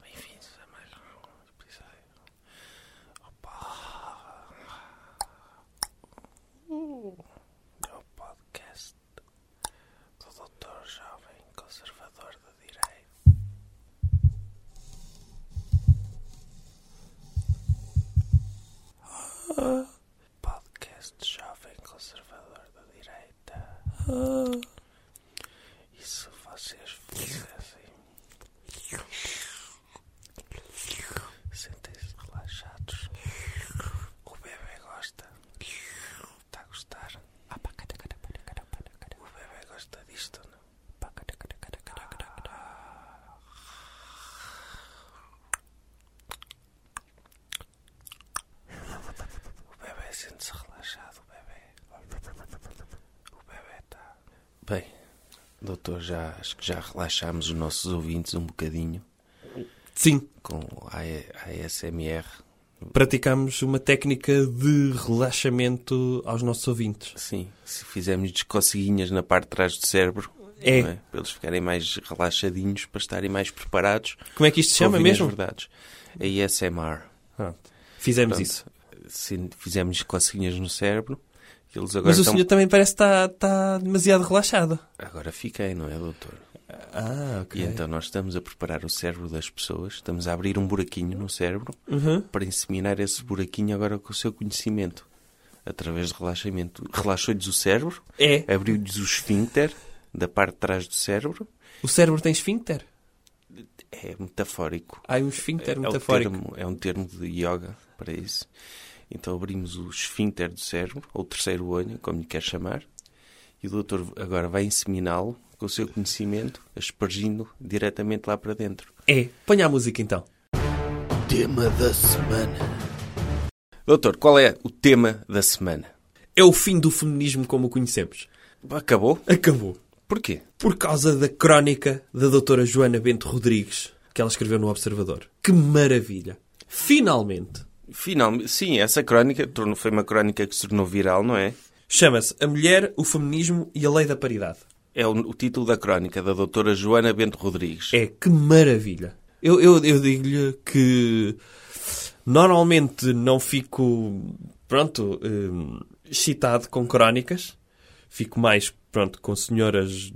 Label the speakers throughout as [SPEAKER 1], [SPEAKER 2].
[SPEAKER 1] Bem-vindos a mais um episódio. Opa! Meu podcast do Doutor Jovem Conservador da Direita. Podcast Jovem Conservador da Direita. E se vocês fizessem Sentem-se relaxados. O bebê gosta. Está Tá a gostar. O bebê gosta disto, não? O bebê sente-se relaxado, o bebê. O bebê está. Bem, doutor, já, acho que já relaxámos os nossos ouvintes um bocadinho
[SPEAKER 2] Sim,
[SPEAKER 1] com a ASMR.
[SPEAKER 2] praticamos uma técnica de relaxamento aos nossos ouvintes.
[SPEAKER 1] Sim, se fizermos coceguinhas na parte de trás do cérebro.
[SPEAKER 2] É.
[SPEAKER 1] não Para eles ficarem mais relaxadinhos, para estarem mais preparados.
[SPEAKER 2] Como é que isto se chama
[SPEAKER 1] para ouvirem
[SPEAKER 2] mesmo?
[SPEAKER 1] As verdades. A ISMR.
[SPEAKER 2] Pronto. Fizemos
[SPEAKER 1] Portanto,
[SPEAKER 2] isso.
[SPEAKER 1] Se fizermos coceguinhas no cérebro, eles agora
[SPEAKER 2] Mas o
[SPEAKER 1] estão...
[SPEAKER 2] senhor também parece que está, está demasiado relaxado.
[SPEAKER 1] Agora fiquei, não é, doutor?
[SPEAKER 2] Ah, ok.
[SPEAKER 1] E então nós estamos a preparar o cérebro das pessoas, estamos a abrir um buraquinho no cérebro
[SPEAKER 2] Uhum.
[SPEAKER 1] para inseminar esse buraquinho agora com o seu conhecimento. Através de relaxamento. Relaxou-lhes o cérebro,
[SPEAKER 2] É.
[SPEAKER 1] abriu-lhes o esfíncter da parte de trás do cérebro.
[SPEAKER 2] O cérebro tem esfíncter?
[SPEAKER 1] É metafórico.
[SPEAKER 2] Há um esfíncter
[SPEAKER 1] é,
[SPEAKER 2] metafórico.
[SPEAKER 1] Um termo, é um termo de yoga para isso. Então abrimos o esfíncter do cérebro, ou terceiro olho, como lhe quer chamar, e o doutor agora vai inseminá-lo com o seu conhecimento, aspergindo diretamente lá para dentro.
[SPEAKER 2] É. Ponha a música então.
[SPEAKER 3] Tema da semana.
[SPEAKER 1] Doutor, qual é o tema da semana?
[SPEAKER 2] É o fim do feminismo como o conhecemos.
[SPEAKER 1] Acabou?
[SPEAKER 2] Acabou.
[SPEAKER 1] Porquê?
[SPEAKER 2] Por causa da crónica da doutora Joana Bento Rodrigues, que ela escreveu no Observador. Que maravilha. Finalmente.
[SPEAKER 1] Finalmente, sim, essa crónica tornou- foi uma crónica que se tornou viral, não é?
[SPEAKER 2] Chama-se A Mulher, o Feminismo e a Lei da Paridade.
[SPEAKER 1] É o, o título da crónica da doutora Joana Bento Rodrigues.
[SPEAKER 2] É, que maravilha. Eu, eu, eu digo-lhe que normalmente não fico, pronto, hum, excitado com crónicas. Fico mais, pronto, com senhoras de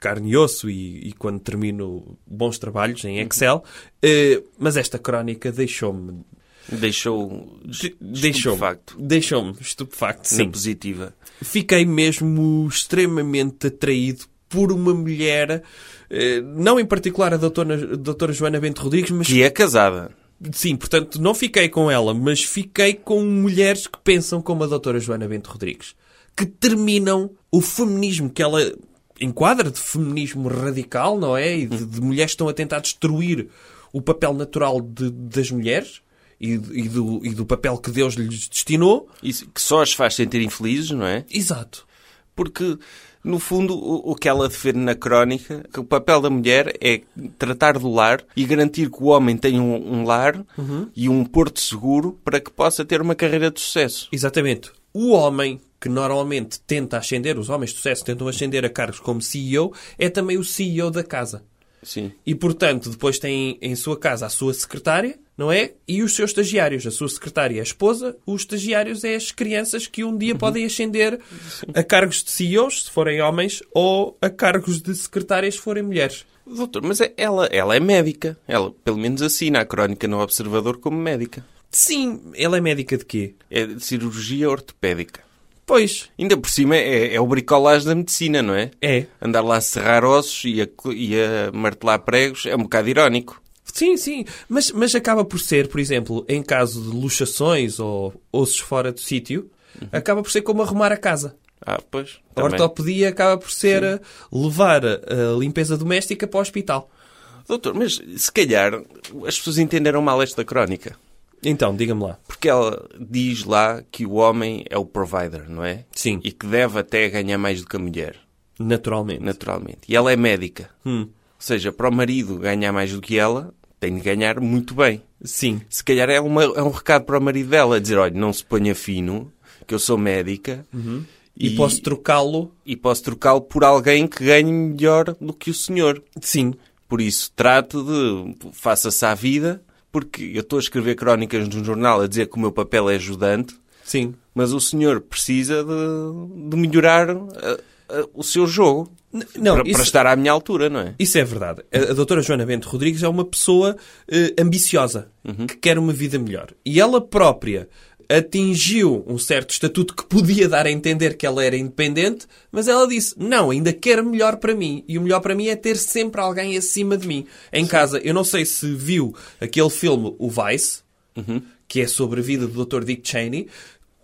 [SPEAKER 2] carne e osso e, e quando termino bons trabalhos em Excel. Eh, mas esta crónica deixou-me...
[SPEAKER 1] Deixou
[SPEAKER 2] de-
[SPEAKER 1] deixou facto
[SPEAKER 2] Deixou-me estupefacto, sim.
[SPEAKER 1] na positiva.
[SPEAKER 2] Fiquei mesmo extremamente atraído por uma mulher, eh, não em particular a doutora, a doutora Joana Bento Rodrigues, mas
[SPEAKER 1] Que é casada.
[SPEAKER 2] sim, portanto, não fiquei com ela, mas fiquei com mulheres que pensam como a doutora Joana Bento Rodrigues, que terminam o feminismo que ela enquadra de feminismo radical, não é? E de, de mulheres que estão a tentar destruir o papel natural de- das mulheres e, e do, e do papel que Deus lhes destinou.
[SPEAKER 1] Isso, que só as faz sentir infelizes, não é?
[SPEAKER 2] Exato.
[SPEAKER 1] Porque, no fundo, o, o que ela defende na crónica, que o papel da mulher é tratar do lar e garantir que o homem tenha um, um lar e um porto seguro para que possa ter uma carreira de sucesso.
[SPEAKER 2] Exatamente. O homem que normalmente tenta ascender, os homens de sucesso tentam ascender a cargos como CEO, é também o CEO da casa.
[SPEAKER 1] Sim.
[SPEAKER 2] E, portanto, depois tem em sua casa a sua secretária, não é? E os seus estagiários. A sua secretária é a esposa, os estagiários é as crianças que um dia podem ascender a cargos de CEOs, se forem homens, ou a cargos de secretárias, se forem mulheres.
[SPEAKER 1] Doutor, mas é- ela, ela é médica. Ela, pelo menos, assina a crónica no Observador como médica.
[SPEAKER 2] Sim, ela é médica de quê?
[SPEAKER 1] É de cirurgia ortopédica.
[SPEAKER 2] Pois,
[SPEAKER 1] Ainda por cima é, é o bricolage da medicina, não é?
[SPEAKER 2] é.
[SPEAKER 1] Andar lá a serrar ossos e a, cl- e a martelar pregos é um bocado irónico.
[SPEAKER 2] Sim, sim. Mas, mas acaba por ser, por exemplo, em caso de luxações ou ossos fora do sítio, acaba por ser como arrumar a casa.
[SPEAKER 1] Ah, pois.
[SPEAKER 2] A
[SPEAKER 1] Uhum. também.
[SPEAKER 2] ortopedia acaba por ser eh, levar a limpeza doméstica para o hospital.
[SPEAKER 1] Doutor, mas se calhar as pessoas entenderam mal esta crónica.
[SPEAKER 2] Então, diga-me lá.
[SPEAKER 1] Porque ela diz lá que o homem é o provider, não é?
[SPEAKER 2] Sim.
[SPEAKER 1] E que deve até ganhar mais do que a mulher,
[SPEAKER 2] Naturalmente.
[SPEAKER 1] naturalmente. E ela é médica.
[SPEAKER 2] Hum.
[SPEAKER 1] seja, para o marido ganhar mais do que ela, tem de ganhar muito bem.
[SPEAKER 2] Sim.
[SPEAKER 1] Se calhar é, uma- é um recado para o marido dela, dizer, olha, não se ponha fino, que eu sou médica
[SPEAKER 2] Uhum. E, posso trocá-lo?
[SPEAKER 1] e posso trocá-lo por alguém que ganhe melhor do que o senhor.
[SPEAKER 2] Sim.
[SPEAKER 1] Por isso, trate de... faça-se à vida, porque eu estou a escrever crónicas no jornal a dizer que o meu papel é ajudante,
[SPEAKER 2] Sim.
[SPEAKER 1] mas o senhor precisa de, de melhorar ah, ah, o seu jogo.
[SPEAKER 2] N- não,
[SPEAKER 1] para, para
[SPEAKER 2] isso-
[SPEAKER 1] estar à minha altura, não é?
[SPEAKER 2] Isso é verdade. A, a doutora Joana Bento Rodrigues é uma pessoa eh, ambiciosa,
[SPEAKER 1] Uhum.
[SPEAKER 2] que quer uma vida melhor. E ela própria atingiu um certo estatuto que podia dar a entender que ela era independente, mas ela disse, não, ainda quero melhor para mim. E o melhor para mim é ter sempre alguém acima de mim. Em casa, eu não sei se viu aquele filme, o Vice,
[SPEAKER 1] Uhum.
[SPEAKER 2] que é sobre a vida do Dr. Dick Cheney.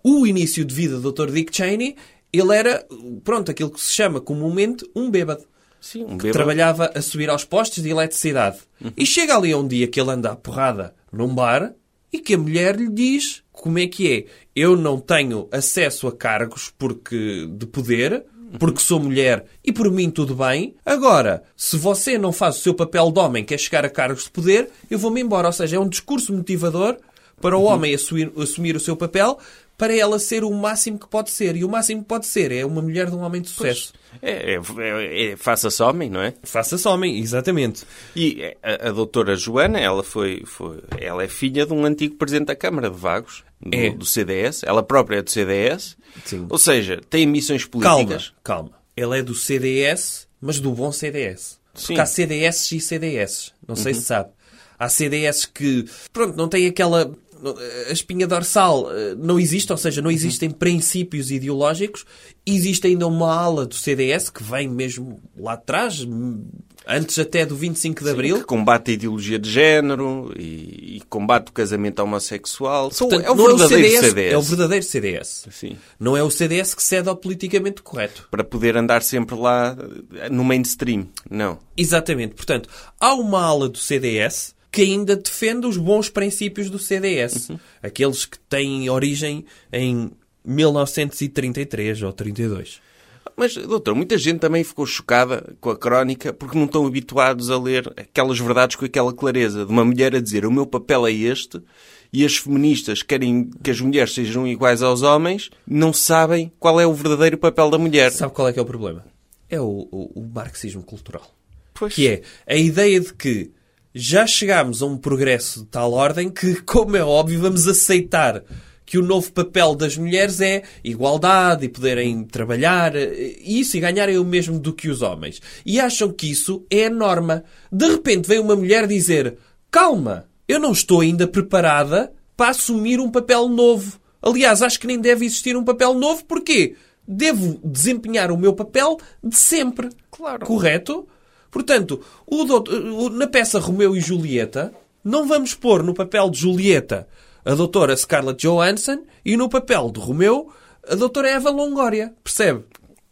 [SPEAKER 2] O início de vida do Dr. Dick Cheney, ele era, pronto, aquilo que se chama comumente um bêbado
[SPEAKER 1] Sim, um
[SPEAKER 2] que
[SPEAKER 1] bêbado. Uhum.
[SPEAKER 2] trabalhava a subir aos postes de eletricidade. E chega ali um dia que ele anda à porrada num bar e que a mulher lhe diz como é que é. Eu não tenho acesso a cargos porque de poder,
[SPEAKER 1] Uhum.
[SPEAKER 2] porque sou mulher e por mim tudo bem. Agora, se você não faz o seu papel de homem, que é chegar a cargos de poder, eu vou-me embora. Ou seja, é um discurso motivador para o
[SPEAKER 1] Uhum.
[SPEAKER 2] homem assumir, assumir o seu papel para ela ser o máximo que pode ser. E o máximo que pode ser é uma mulher de um homem de sucesso.
[SPEAKER 1] É, é, é, é- faça-se homem, não é?
[SPEAKER 2] Faça-se homem, exatamente.
[SPEAKER 1] E é, a, a doutora Joana, ela foi, foi- Ela é filha de um antigo presidente da Câmara de Vagos, do,
[SPEAKER 2] É.
[SPEAKER 1] do CDS. Ela própria é do CDS.
[SPEAKER 2] Sim.
[SPEAKER 1] Ou seja, tem missões
[SPEAKER 2] Calma,
[SPEAKER 1] políticas.
[SPEAKER 2] calma. Ele é do CDS, mas do bom CDS.
[SPEAKER 1] Sim. Uhum.
[SPEAKER 2] Porque há CDS e CDS. Não sei se sabe. Há CDS que, pronto, não tem aquela. A espinha dorsal eh, não existe, ou seja, não
[SPEAKER 1] Uhum.
[SPEAKER 2] existem princípios ideológicos. Existe ainda uma ala do CDS que vem mesmo lá atrás, hum, antes até do 25 de Abril.
[SPEAKER 1] Que combate a ideologia de género e, e combate o casamento homossexual. São-
[SPEAKER 2] Portanto,
[SPEAKER 1] é o
[SPEAKER 2] não
[SPEAKER 1] verdadeiro CDS.
[SPEAKER 2] É o verdadeiro CDS.
[SPEAKER 1] Sim.
[SPEAKER 2] Não é o CDS que cede ao politicamente correto.
[SPEAKER 1] Para poder andar sempre lá eh, no mainstream. Não.
[SPEAKER 2] Exatamente. Portanto, há uma ala do CDS que ainda defende os bons princípios do CDS. Aqueles que têm origem em 1933 ou 32.
[SPEAKER 1] Mas, doutor, muita gente também ficou chocada com a crónica porque não estão habituados a ler aquelas verdades com aquela clareza. De uma mulher a dizer o meu papel é este e as feministas querem que as mulheres sejam iguais aos homens, não sabem qual é o verdadeiro papel da mulher.
[SPEAKER 2] Sabe qual é que é o problema? É o, o- o marxismo cultural.
[SPEAKER 1] Pois.
[SPEAKER 2] Que é a ideia de que já chegámos a um progresso de tal ordem que, como é óbvio, vamos aceitar que o novo papel das mulheres é igualdade e poderem trabalhar eh, isso e ganharem o mesmo do que os homens. E acham que isso é a norma. De repente vem uma mulher dizer: Calma, eu não estou ainda preparada para assumir um papel novo. Aliás, acho que nem deve existir um papel novo, porquê? Devo desempenhar o meu papel de sempre. Claro. Correto? Portanto, o doutor- o- na peça Romeu e Julieta, não vamos pôr no papel de Julieta a doutora Scarlett Johansson e no papel de Romeu a doutora Eva Longoria. Percebe?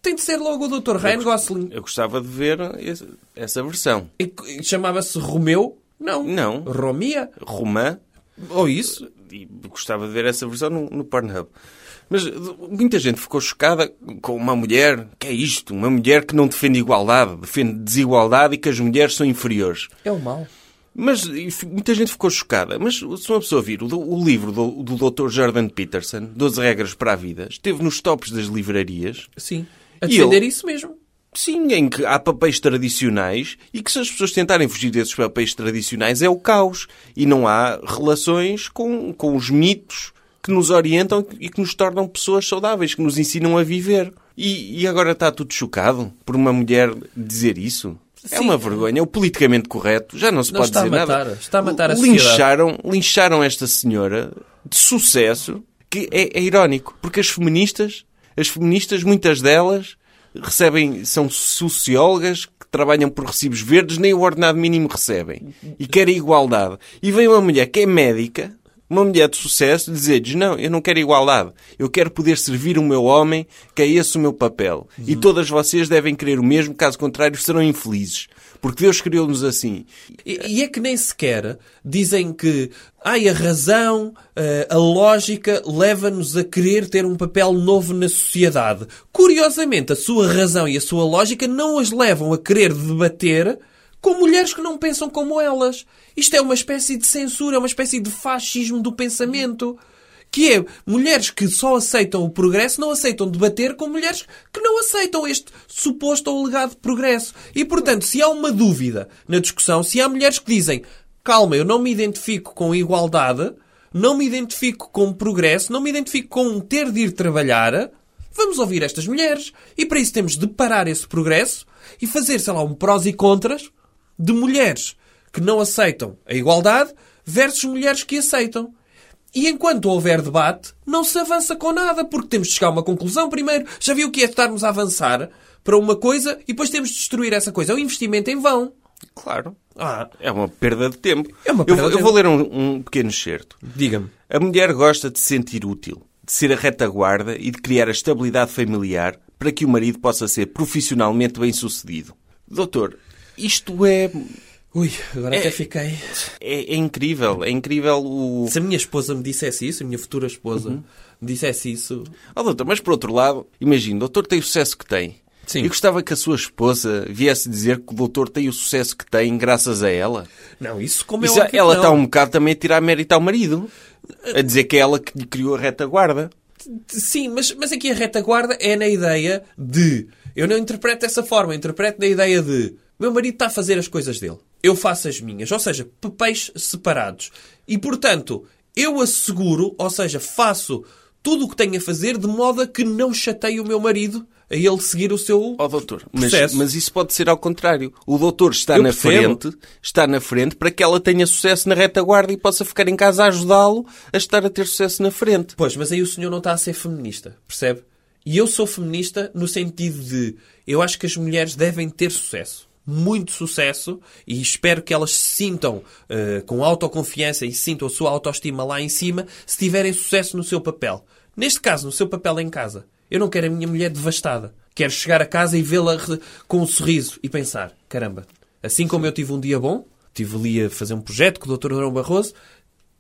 [SPEAKER 2] Tem de ser logo o doutor Ryan Gosling.
[SPEAKER 1] Eu gostava de ver esse- essa versão.
[SPEAKER 2] E c- e Chamava-se Romeu? Não.
[SPEAKER 1] Não.
[SPEAKER 2] Romia?
[SPEAKER 1] Romã,
[SPEAKER 2] Ou isso?
[SPEAKER 1] e gostava de ver essa versão no, no Pornhub. Mas de- muita gente ficou chocada com uma mulher, que é isto, uma mulher que não defende igualdade, defende desigualdade e que as mulheres são inferiores.
[SPEAKER 2] É o mal.
[SPEAKER 1] Mas e fi- muita gente ficou chocada. Mas se uma pessoa vir o, do- o livro do, do Dr. Jordan Peterson, 12 Regras para a Vida, esteve nos tops das livrarias,
[SPEAKER 2] Sim. A
[SPEAKER 1] E
[SPEAKER 2] defender
[SPEAKER 1] ele?
[SPEAKER 2] isso mesmo.
[SPEAKER 1] sim, em que há papéis tradicionais e que se as pessoas tentarem fugir desses papéis tradicionais é o caos. E não há relações com, com os mitos que nos orientam e que nos tornam pessoas saudáveis, que nos ensinam a viver. E, e agora está tudo chocado por uma mulher dizer isso? É
[SPEAKER 2] Sim.
[SPEAKER 1] uma vergonha. O politicamente correto já não se
[SPEAKER 2] Não
[SPEAKER 1] pode
[SPEAKER 2] está
[SPEAKER 1] dizer
[SPEAKER 2] a matar.
[SPEAKER 1] nada.
[SPEAKER 2] Está a matar a
[SPEAKER 1] lincharam, lincharam esta senhora de sucesso, que é, é irónico, porque as feministas, as feministas, muitas delas, recebem, são sociólogas que trabalham por recibos verdes, nem o ordenado mínimo recebem. E querem igualdade. E vem uma mulher que é médica, uma mulher de sucesso, dizer-lhes, não, eu não quero igualdade. Eu quero poder servir o meu homem, que é esse o meu papel. E todas vocês devem querer o mesmo, caso contrário serão infelizes. Porque Deus criou-nos assim.
[SPEAKER 2] E, e é que nem sequer dizem que ai, a razão, eh, a lógica leva-nos a querer ter um papel novo na sociedade. Curiosamente, a sua razão e a sua lógica não as levam a querer debater com mulheres que não pensam como elas. Isto é uma espécie de censura, é uma espécie de fascismo do pensamento. Que é mulheres que só aceitam o progresso, não aceitam debater com mulheres que não aceitam este suposto ou legado progresso. E, portanto, se há uma dúvida na discussão, se há mulheres que dizem calma, eu não me identifico com igualdade, não me identifico com progresso, não me identifico com um ter de ir trabalhar, vamos ouvir estas mulheres. E para isso temos de parar esse progresso e fazer, sei lá, um prós e contras de mulheres que não aceitam a igualdade versus mulheres que aceitam. E enquanto houver debate, não se avança com nada, porque temos de chegar a uma conclusão primeiro. Já viu o que é estarmos a avançar para uma coisa e depois temos de destruir essa coisa. É um investimento em vão.
[SPEAKER 1] Claro.
[SPEAKER 2] Ah,
[SPEAKER 1] É uma perda de tempo.
[SPEAKER 2] É uma
[SPEAKER 1] Eu
[SPEAKER 2] perda
[SPEAKER 1] vou-
[SPEAKER 2] de
[SPEAKER 1] eu vou ler um, um pequeno excerto.
[SPEAKER 2] diga-me.
[SPEAKER 1] A mulher gosta de se sentir útil, de ser a retaguarda e de criar a estabilidade familiar para que o marido possa ser profissionalmente bem-sucedido. Doutor, isto é,
[SPEAKER 2] Ui, agora
[SPEAKER 1] É-
[SPEAKER 2] até fiquei.
[SPEAKER 1] é, é incrível. É incrível o...
[SPEAKER 2] Se a minha esposa me dissesse isso, a minha futura esposa me dissesse isso.
[SPEAKER 1] Oh, doutor, mas por outro lado, imagina, o doutor tem o sucesso que tem.
[SPEAKER 2] Sim.
[SPEAKER 1] E gostava que a sua esposa viesse dizer que o doutor tem o sucesso que tem graças a ela.
[SPEAKER 2] Não, isso como
[SPEAKER 1] Isso,
[SPEAKER 2] é óbvio que
[SPEAKER 1] ela
[SPEAKER 2] não.
[SPEAKER 1] está um bocado também a tirar mérito ao marido. A dizer que é ela que lhe criou a retaguarda.
[SPEAKER 2] Sim, mas, mas aqui a retaguarda é na ideia de. Eu não interpreto dessa forma, eu interpreto na ideia de. Meu marido está a fazer as coisas dele, eu faço as minhas, ou seja, papéis separados. E portanto, eu asseguro, ou seja, faço tudo o que tenho a fazer de modo a que não chateie o meu marido a ele seguir o seu.
[SPEAKER 1] Ó doutor, mas,
[SPEAKER 2] Processo.
[SPEAKER 1] mas isso pode ser ao contrário. O doutor está
[SPEAKER 2] Eu
[SPEAKER 1] na
[SPEAKER 2] percebo.
[SPEAKER 1] frente, está na frente para que ela tenha sucesso na retaguarda e possa ficar em casa a ajudá-lo a estar a ter sucesso na frente.
[SPEAKER 2] Pois, mas aí o senhor não está a ser feminista, percebe? E eu sou feminista no sentido de eu acho que as mulheres devem ter sucesso. Muito sucesso e espero que elas se sintam eh, com autoconfiança e sintam a sua autoestima lá em cima se tiverem sucesso no seu papel. Neste caso, no seu papel em casa. Eu não quero a minha mulher devastada. Quero chegar a casa e vê-la re- com um sorriso e pensar: caramba, assim como eu tive um dia bom, estive ali a fazer um projeto com o Dr. Arão Barroso,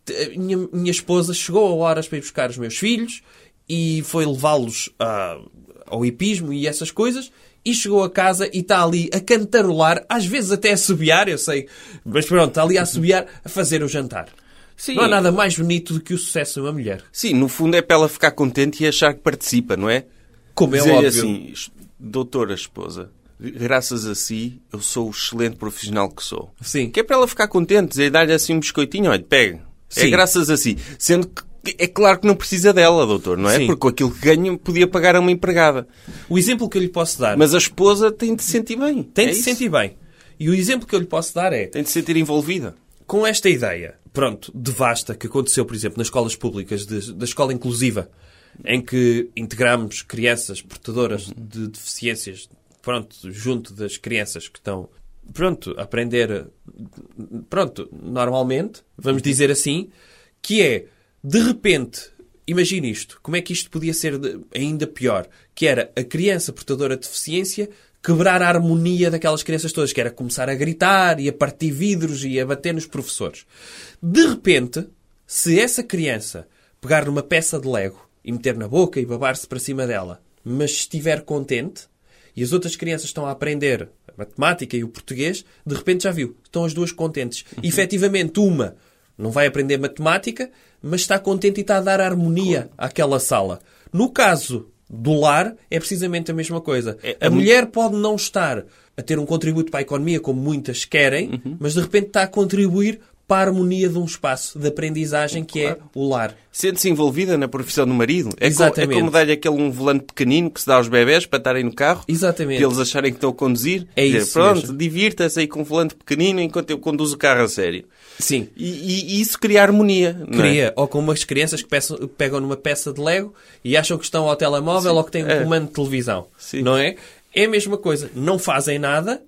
[SPEAKER 2] a minha, minha esposa chegou a horas para ir buscar os meus filhos e foi levá-los a- ao hipismo e essas coisas. E chegou a casa e está ali a cantarolar, às vezes até a subiar, eu sei, mas pronto, está ali a subiar a fazer o jantar.
[SPEAKER 1] Sim.
[SPEAKER 2] Não há nada mais bonito do que o sucesso de uma mulher.
[SPEAKER 1] Sim, no fundo é para ela ficar contente e achar que participa, não é?
[SPEAKER 2] Como é
[SPEAKER 1] Dizer-lhe
[SPEAKER 2] óbvio.
[SPEAKER 1] assim, "Es- doutora esposa, graças a si eu sou o excelente profissional que sou.
[SPEAKER 2] Sim.
[SPEAKER 1] Que é para ela ficar contente, dizer, dar-lhe assim um biscoitinho, olha, pega. É
[SPEAKER 2] Sim.
[SPEAKER 1] graças a si. Sendo que é claro que não precisa dela, doutor, não é?
[SPEAKER 2] Sim.
[SPEAKER 1] Porque com aquilo que ganha podia pagar a uma empregada.
[SPEAKER 2] O exemplo que eu lhe posso dar.
[SPEAKER 1] Mas a esposa tem de se sentir bem.
[SPEAKER 2] tem
[SPEAKER 1] É
[SPEAKER 2] de se
[SPEAKER 1] isso.
[SPEAKER 2] sentir bem. E o exemplo que eu lhe posso dar é.
[SPEAKER 1] Tem de se sentir envolvida.
[SPEAKER 2] com esta ideia, pronto, devasta que aconteceu, por exemplo, nas escolas públicas, de- da escola inclusiva, em que integramos crianças portadoras de deficiências, pronto, junto das crianças que estão, pronto, a aprender, pronto, normalmente, vamos dizer assim, que é, de repente, imagine isto, como é que isto podia ser de- ainda pior? Que era a criança portadora de deficiência quebrar a harmonia daquelas crianças todas, que era começar a gritar e a partir vidros e a bater nos professores. De repente, se essa criança pegar numa peça de lego e meter na boca e babar-se para cima dela, mas estiver contente, e as outras crianças estão a aprender a matemática e o português, de repente já viu, estão as duas contentes.
[SPEAKER 1] Uhum.
[SPEAKER 2] E, efetivamente, uma não vai aprender matemática, mas está contente e está a dar harmonia àquela sala. No caso do lar, é precisamente a mesma coisa.
[SPEAKER 1] É-
[SPEAKER 2] a
[SPEAKER 1] é
[SPEAKER 2] mulher pode não estar a ter um contributo para a economia, como muitas querem,
[SPEAKER 1] Uhum.
[SPEAKER 2] mas de repente está a contribuir para a harmonia de um espaço de aprendizagem que é o lar.
[SPEAKER 1] Sente-se envolvida na profissão do marido. É, co- é
[SPEAKER 2] Exatamente.
[SPEAKER 1] como dar-lhe aquele um volante pequenino que se dá aos bebés para estarem no carro.
[SPEAKER 2] Exatamente.
[SPEAKER 1] Para eles acharem que estão a conduzir.
[SPEAKER 2] É
[SPEAKER 1] Dizer,
[SPEAKER 2] isso
[SPEAKER 1] Pronto,
[SPEAKER 2] mesmo.
[SPEAKER 1] divirta-se aí com um volante pequenino enquanto eu conduzo o carro a sério.
[SPEAKER 2] Sim.
[SPEAKER 1] E, e- e isso cria harmonia. não é?
[SPEAKER 2] Cria, ou com umas crianças que peçam- pegam numa peça de Lego e acham que estão ao telemóvel ou que têm um
[SPEAKER 1] é.
[SPEAKER 2] comando de televisão.
[SPEAKER 1] Sim.
[SPEAKER 2] Não é? É a mesma coisa. Não fazem nada,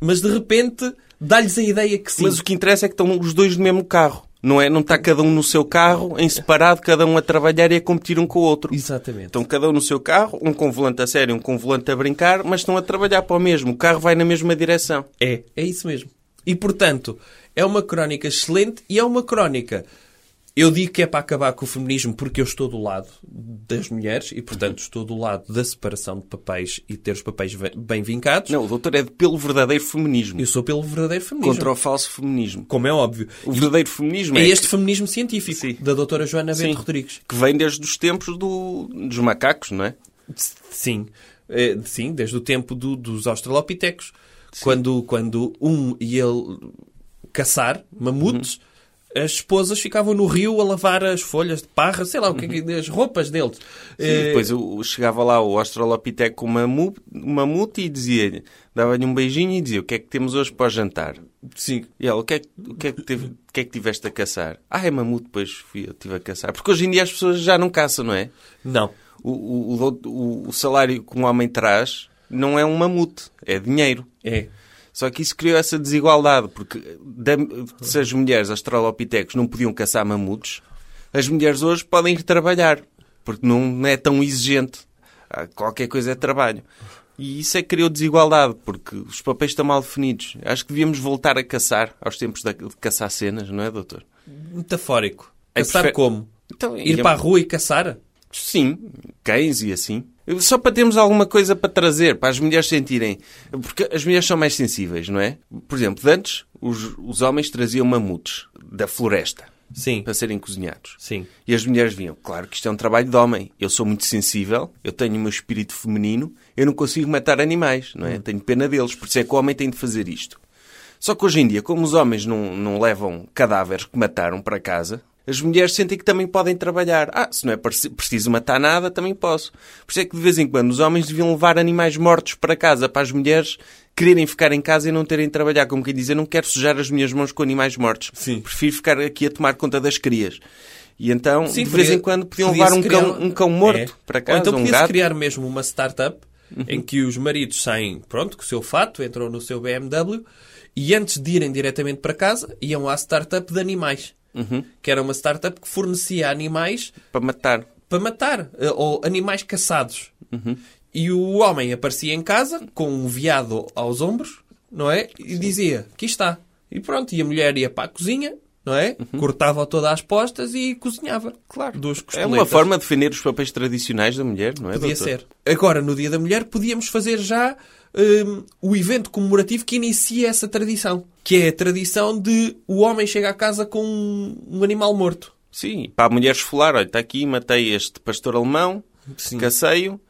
[SPEAKER 2] mas de repente dá-lhes a ideia que sim.
[SPEAKER 1] Mas o que interessa é que estão os dois no mesmo carro. Não é? Não está cada um no seu carro, em separado, cada um a trabalhar e a competir um com o outro.
[SPEAKER 2] Exatamente.
[SPEAKER 1] Estão cada um no seu carro, um com volante a sério, um com volante a brincar, mas estão a trabalhar para o mesmo. O carro vai na mesma direção.
[SPEAKER 2] É, é isso mesmo. E portanto, é uma crónica excelente e é uma crónica Eu digo que é para acabar com o feminismo porque eu estou do lado das mulheres e, portanto, estou do lado da separação de papéis e ter os papéis ve- bem vincados.
[SPEAKER 1] Não, o doutor é de- pelo verdadeiro feminismo.
[SPEAKER 2] Eu sou pelo verdadeiro feminismo.
[SPEAKER 1] Contra o falso feminismo.
[SPEAKER 2] Como é óbvio.
[SPEAKER 1] O verdadeiro feminismo
[SPEAKER 2] É
[SPEAKER 1] é,
[SPEAKER 2] este feminismo científico
[SPEAKER 1] Sim.
[SPEAKER 2] da doutora Joana
[SPEAKER 1] Sim.
[SPEAKER 2] Bento Rodrigues.
[SPEAKER 1] que vem desde os tempos do- dos macacos, não é?
[SPEAKER 2] Sim. Eh, sim, desde o tempo do- dos australopitecos. Quando, quando um e ele caçar mamutes, as esposas ficavam no rio a lavar as folhas de parra, sei lá, o que, é que- as roupas deles.
[SPEAKER 1] E
[SPEAKER 2] Eh,
[SPEAKER 1] depois eu- chegava lá o Australopiteco com uma mu- uma mamute e dizia-lhe, dava-lhe um beijinho e dizia: O que é que temos hoje para o jantar?
[SPEAKER 2] Sim.
[SPEAKER 1] E ela, o que é que, o que, é que, teve- o que é que tiveste a caçar? Ah, é mamute, depois fui eu estive a caçar. Porque hoje em dia as pessoas já não caçam, não é?
[SPEAKER 2] Não.
[SPEAKER 1] O, o- o dou- o- o salário que um homem traz não é um mamute, é dinheiro.
[SPEAKER 2] É.
[SPEAKER 1] Só que isso criou essa desigualdade, porque da- se as mulheres australopitecos não podiam caçar mamutes, as mulheres hoje podem ir trabalhar, porque não é tão exigente. Ah, Qualquer coisa é trabalho. E isso é que criou desigualdade, porque os papéis estão mal definidos. Acho que devíamos voltar a caçar, aos tempos da- de caçar cenas, não é, doutor?
[SPEAKER 2] Metafórico.
[SPEAKER 1] É
[SPEAKER 2] Caçar
[SPEAKER 1] prefer-
[SPEAKER 2] como?
[SPEAKER 1] Então,
[SPEAKER 2] Ir para a rua e caçar?
[SPEAKER 1] Sim, cães e assim. Só para termos alguma coisa para trazer, para as mulheres sentirem. Porque as mulheres são mais sensíveis, não é? Por exemplo, de antes os, os homens traziam mamutes da floresta
[SPEAKER 2] Sim.
[SPEAKER 1] para serem cozinhados.
[SPEAKER 2] Sim.
[SPEAKER 1] E as mulheres vinham, claro que isto é um trabalho de homem. Eu sou muito sensível, eu tenho o meu espírito feminino, eu não consigo matar animais, não é?
[SPEAKER 2] Hum.
[SPEAKER 1] Tenho pena deles, por isso é que o homem tem de fazer isto. Só que hoje em dia, como os homens não, não levam cadáveres que mataram para casa, as mulheres sentem que também podem trabalhar. Ah, se não é preci- preciso matar nada, também posso. Por isso é que de vez em quando os homens deviam levar animais mortos para casa, para as mulheres quererem ficar em casa e não terem de trabalhar. Como quem diz, eu não quero sujar as minhas mãos com animais mortos.
[SPEAKER 2] Sim.
[SPEAKER 1] Prefiro ficar aqui a tomar conta das crias. E então,
[SPEAKER 2] Sim,
[SPEAKER 1] de
[SPEAKER 2] podia-
[SPEAKER 1] vez em quando, podiam levar
[SPEAKER 2] podia-se
[SPEAKER 1] um,
[SPEAKER 2] criar-
[SPEAKER 1] cão, um cão morto
[SPEAKER 2] É.
[SPEAKER 1] para casa,
[SPEAKER 2] Ou então
[SPEAKER 1] um
[SPEAKER 2] podia-se
[SPEAKER 1] gato. Uhum.
[SPEAKER 2] criar mesmo uma startup em que os maridos saem, pronto, com o seu fato, entram no seu BMW e antes de irem diretamente para casa, iam à startup de animais.
[SPEAKER 1] Uhum.
[SPEAKER 2] Que era uma startup que fornecia animais
[SPEAKER 1] Para matar.
[SPEAKER 2] para matar, eh, ou animais caçados. E o homem aparecia em casa com um veado aos ombros, não é? E dizia: Aqui está. E pronto, e a mulher ia para a cozinha, não é?
[SPEAKER 1] Uhum.
[SPEAKER 2] Cortava toda às postas e cozinhava. Claro. Duas
[SPEAKER 1] É uma
[SPEAKER 2] costeletas.
[SPEAKER 1] forma de defender os papéis tradicionais da mulher, não é,
[SPEAKER 2] Podia
[SPEAKER 1] doutor?
[SPEAKER 2] ser. Agora, no Dia da Mulher, podíamos fazer já hum, o evento comemorativo que inicia essa tradição. Que é a tradição de o homem chega à casa com um, um animal morto.
[SPEAKER 1] Sim, para a mulher esfolar, olha, está aqui, matei este pastor alemão,
[SPEAKER 2] Sim.
[SPEAKER 1] cacei-o.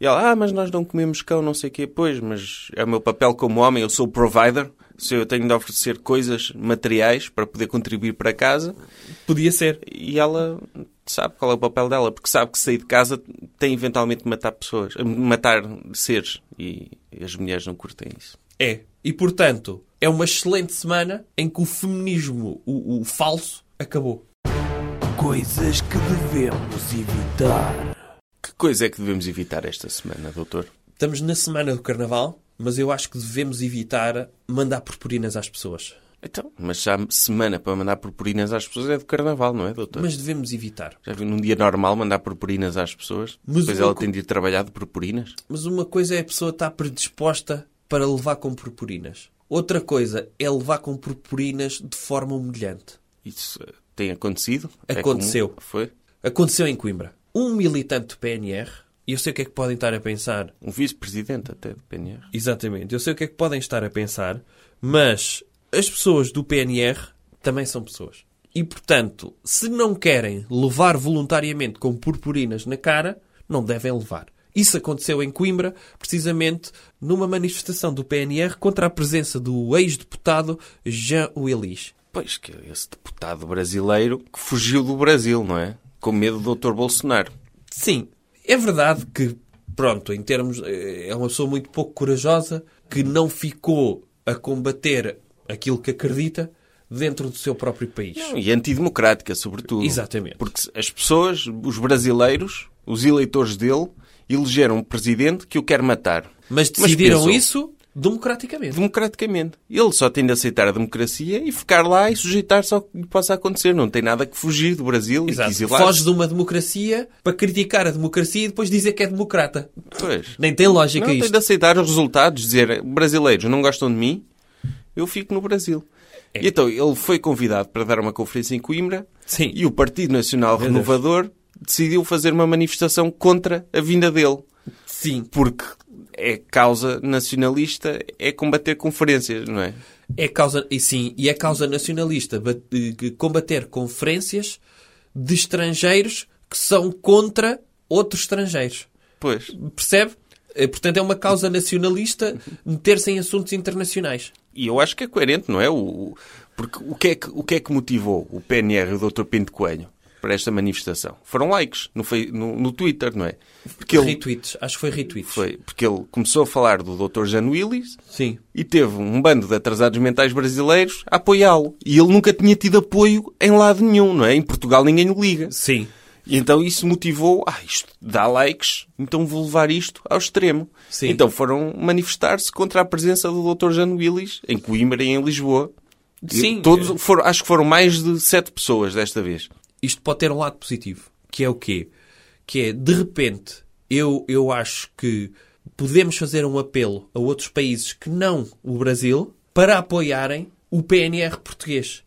[SPEAKER 1] E ela, ah, mas nós não comemos cão, não sei o quê. Pois, mas é o meu papel como homem, eu sou o provider. Se eu tenho de oferecer coisas, materiais, para poder contribuir para casa.
[SPEAKER 2] Podia ser.
[SPEAKER 1] E ela sabe qual é o papel dela, porque sabe que sair de casa tem eventualmente de matar pessoas, eh, matar seres. E as mulheres não curtem isso.
[SPEAKER 2] É. E, portanto, é uma excelente semana em que o feminismo, o- o falso, acabou.
[SPEAKER 3] Coisas que devemos evitar.
[SPEAKER 1] Que coisa é que devemos evitar esta semana, doutor?
[SPEAKER 2] Estamos na semana do Carnaval, mas eu acho que devemos evitar mandar purpurinas às pessoas.
[SPEAKER 1] Então, mas já há semana para mandar purpurinas às pessoas é de carnaval, não é, doutor?
[SPEAKER 2] Mas devemos evitar.
[SPEAKER 1] Já vi num dia normal mandar purpurinas às pessoas?
[SPEAKER 2] Mas
[SPEAKER 1] Depois
[SPEAKER 2] o-
[SPEAKER 1] ela tem de ir trabalhar de purpurinas?
[SPEAKER 2] Mas uma coisa é a pessoa estar predisposta para levar com purpurinas. Outra coisa é levar com purpurinas de forma humilhante.
[SPEAKER 1] Isso eh, tem acontecido? É
[SPEAKER 2] Aconteceu.
[SPEAKER 1] comum? Foi?
[SPEAKER 2] Aconteceu em Coimbra. Um militante do PNR, e eu sei o que é que podem estar a pensar,
[SPEAKER 1] Um vice-presidente até de PNR.
[SPEAKER 2] Exatamente. Eu sei o que é que podem estar a pensar, mas as pessoas do PNR também são pessoas. E, portanto, se não querem levar voluntariamente com purpurinas na cara, não devem levar. Isso aconteceu em Coimbra, precisamente numa manifestação do PNR contra a presença do ex-deputado Jean Willis.
[SPEAKER 1] Pois, que é esse deputado brasileiro que fugiu do Brasil, não é? Com medo do doutor Bolsonaro.
[SPEAKER 2] Sim, é verdade que, pronto, em termos. eh, É uma pessoa muito pouco corajosa que não ficou a combater aquilo que acredita dentro do seu próprio país.
[SPEAKER 1] E antidemocrática, sobretudo.
[SPEAKER 2] Exatamente.
[SPEAKER 1] Porque as pessoas, os brasileiros, os eleitores dele, elegeram um presidente que o quer matar.
[SPEAKER 2] Mas decidiram
[SPEAKER 1] pensou,
[SPEAKER 2] isso democraticamente.
[SPEAKER 1] democraticamente. Ele só tem de aceitar a democracia e ficar lá e sujeitar-se ao que lhe possa acontecer. Não tem nada que fugir do Brasil e
[SPEAKER 2] Exato.
[SPEAKER 1] quis ir lá.
[SPEAKER 2] Foge de uma democracia para criticar a democracia e depois dizer que é democrata.
[SPEAKER 1] Pois.
[SPEAKER 2] Nem tem lógica
[SPEAKER 1] Não, tem
[SPEAKER 2] isto.
[SPEAKER 1] de aceitar os resultados, dizer brasileiros não gostam de mim, eu fico no Brasil.
[SPEAKER 2] É.
[SPEAKER 1] E então ele foi convidado para dar uma conferência em Coimbra
[SPEAKER 2] Sim.
[SPEAKER 1] e o Partido Nacional
[SPEAKER 2] Meu Deus.
[SPEAKER 1] Renovador decidiu fazer uma manifestação contra a vinda dele.
[SPEAKER 2] Sim.
[SPEAKER 1] Porque é causa nacionalista, é combater conferências, não é?
[SPEAKER 2] É causa, e sim, e é causa nacionalista ba- eh, que combater conferências de estrangeiros que são contra outros estrangeiros.
[SPEAKER 1] Pois.
[SPEAKER 2] Percebe? Eh, Portanto, é uma causa nacionalista meter-se em assuntos internacionais.
[SPEAKER 1] E eu acho que é coerente, não é? O, porque o que é que, o que é que motivou o PNR e o Dr. Pinto Coelho para esta manifestação? Foram likes no, Fe- no, no Twitter, não é? Porque ele,
[SPEAKER 2] Retweets. Acho que foi retweets.
[SPEAKER 1] foi, porque ele começou a falar do Dr. Jan Willis
[SPEAKER 2] Sim.
[SPEAKER 1] e teve um bando de atrasados mentais brasileiros a apoiá-lo. E ele nunca tinha tido apoio em lado nenhum, não é? Em Portugal ninguém o liga.
[SPEAKER 2] Sim.
[SPEAKER 1] E então isso motivou, ah, isto dá likes, então vou levar isto ao extremo.
[SPEAKER 2] Sim.
[SPEAKER 1] Então foram manifestar-se contra a presença do Dr. Jano Willis em Coimbra e em Lisboa. E
[SPEAKER 2] Sim.
[SPEAKER 1] todos foram, acho que foram mais de sete pessoas desta vez.
[SPEAKER 2] isto pode ter um lado positivo, que é o quê? Que é, de repente, eu, eu acho que podemos fazer um apelo a outros países que não o Brasil para apoiarem o PNR português.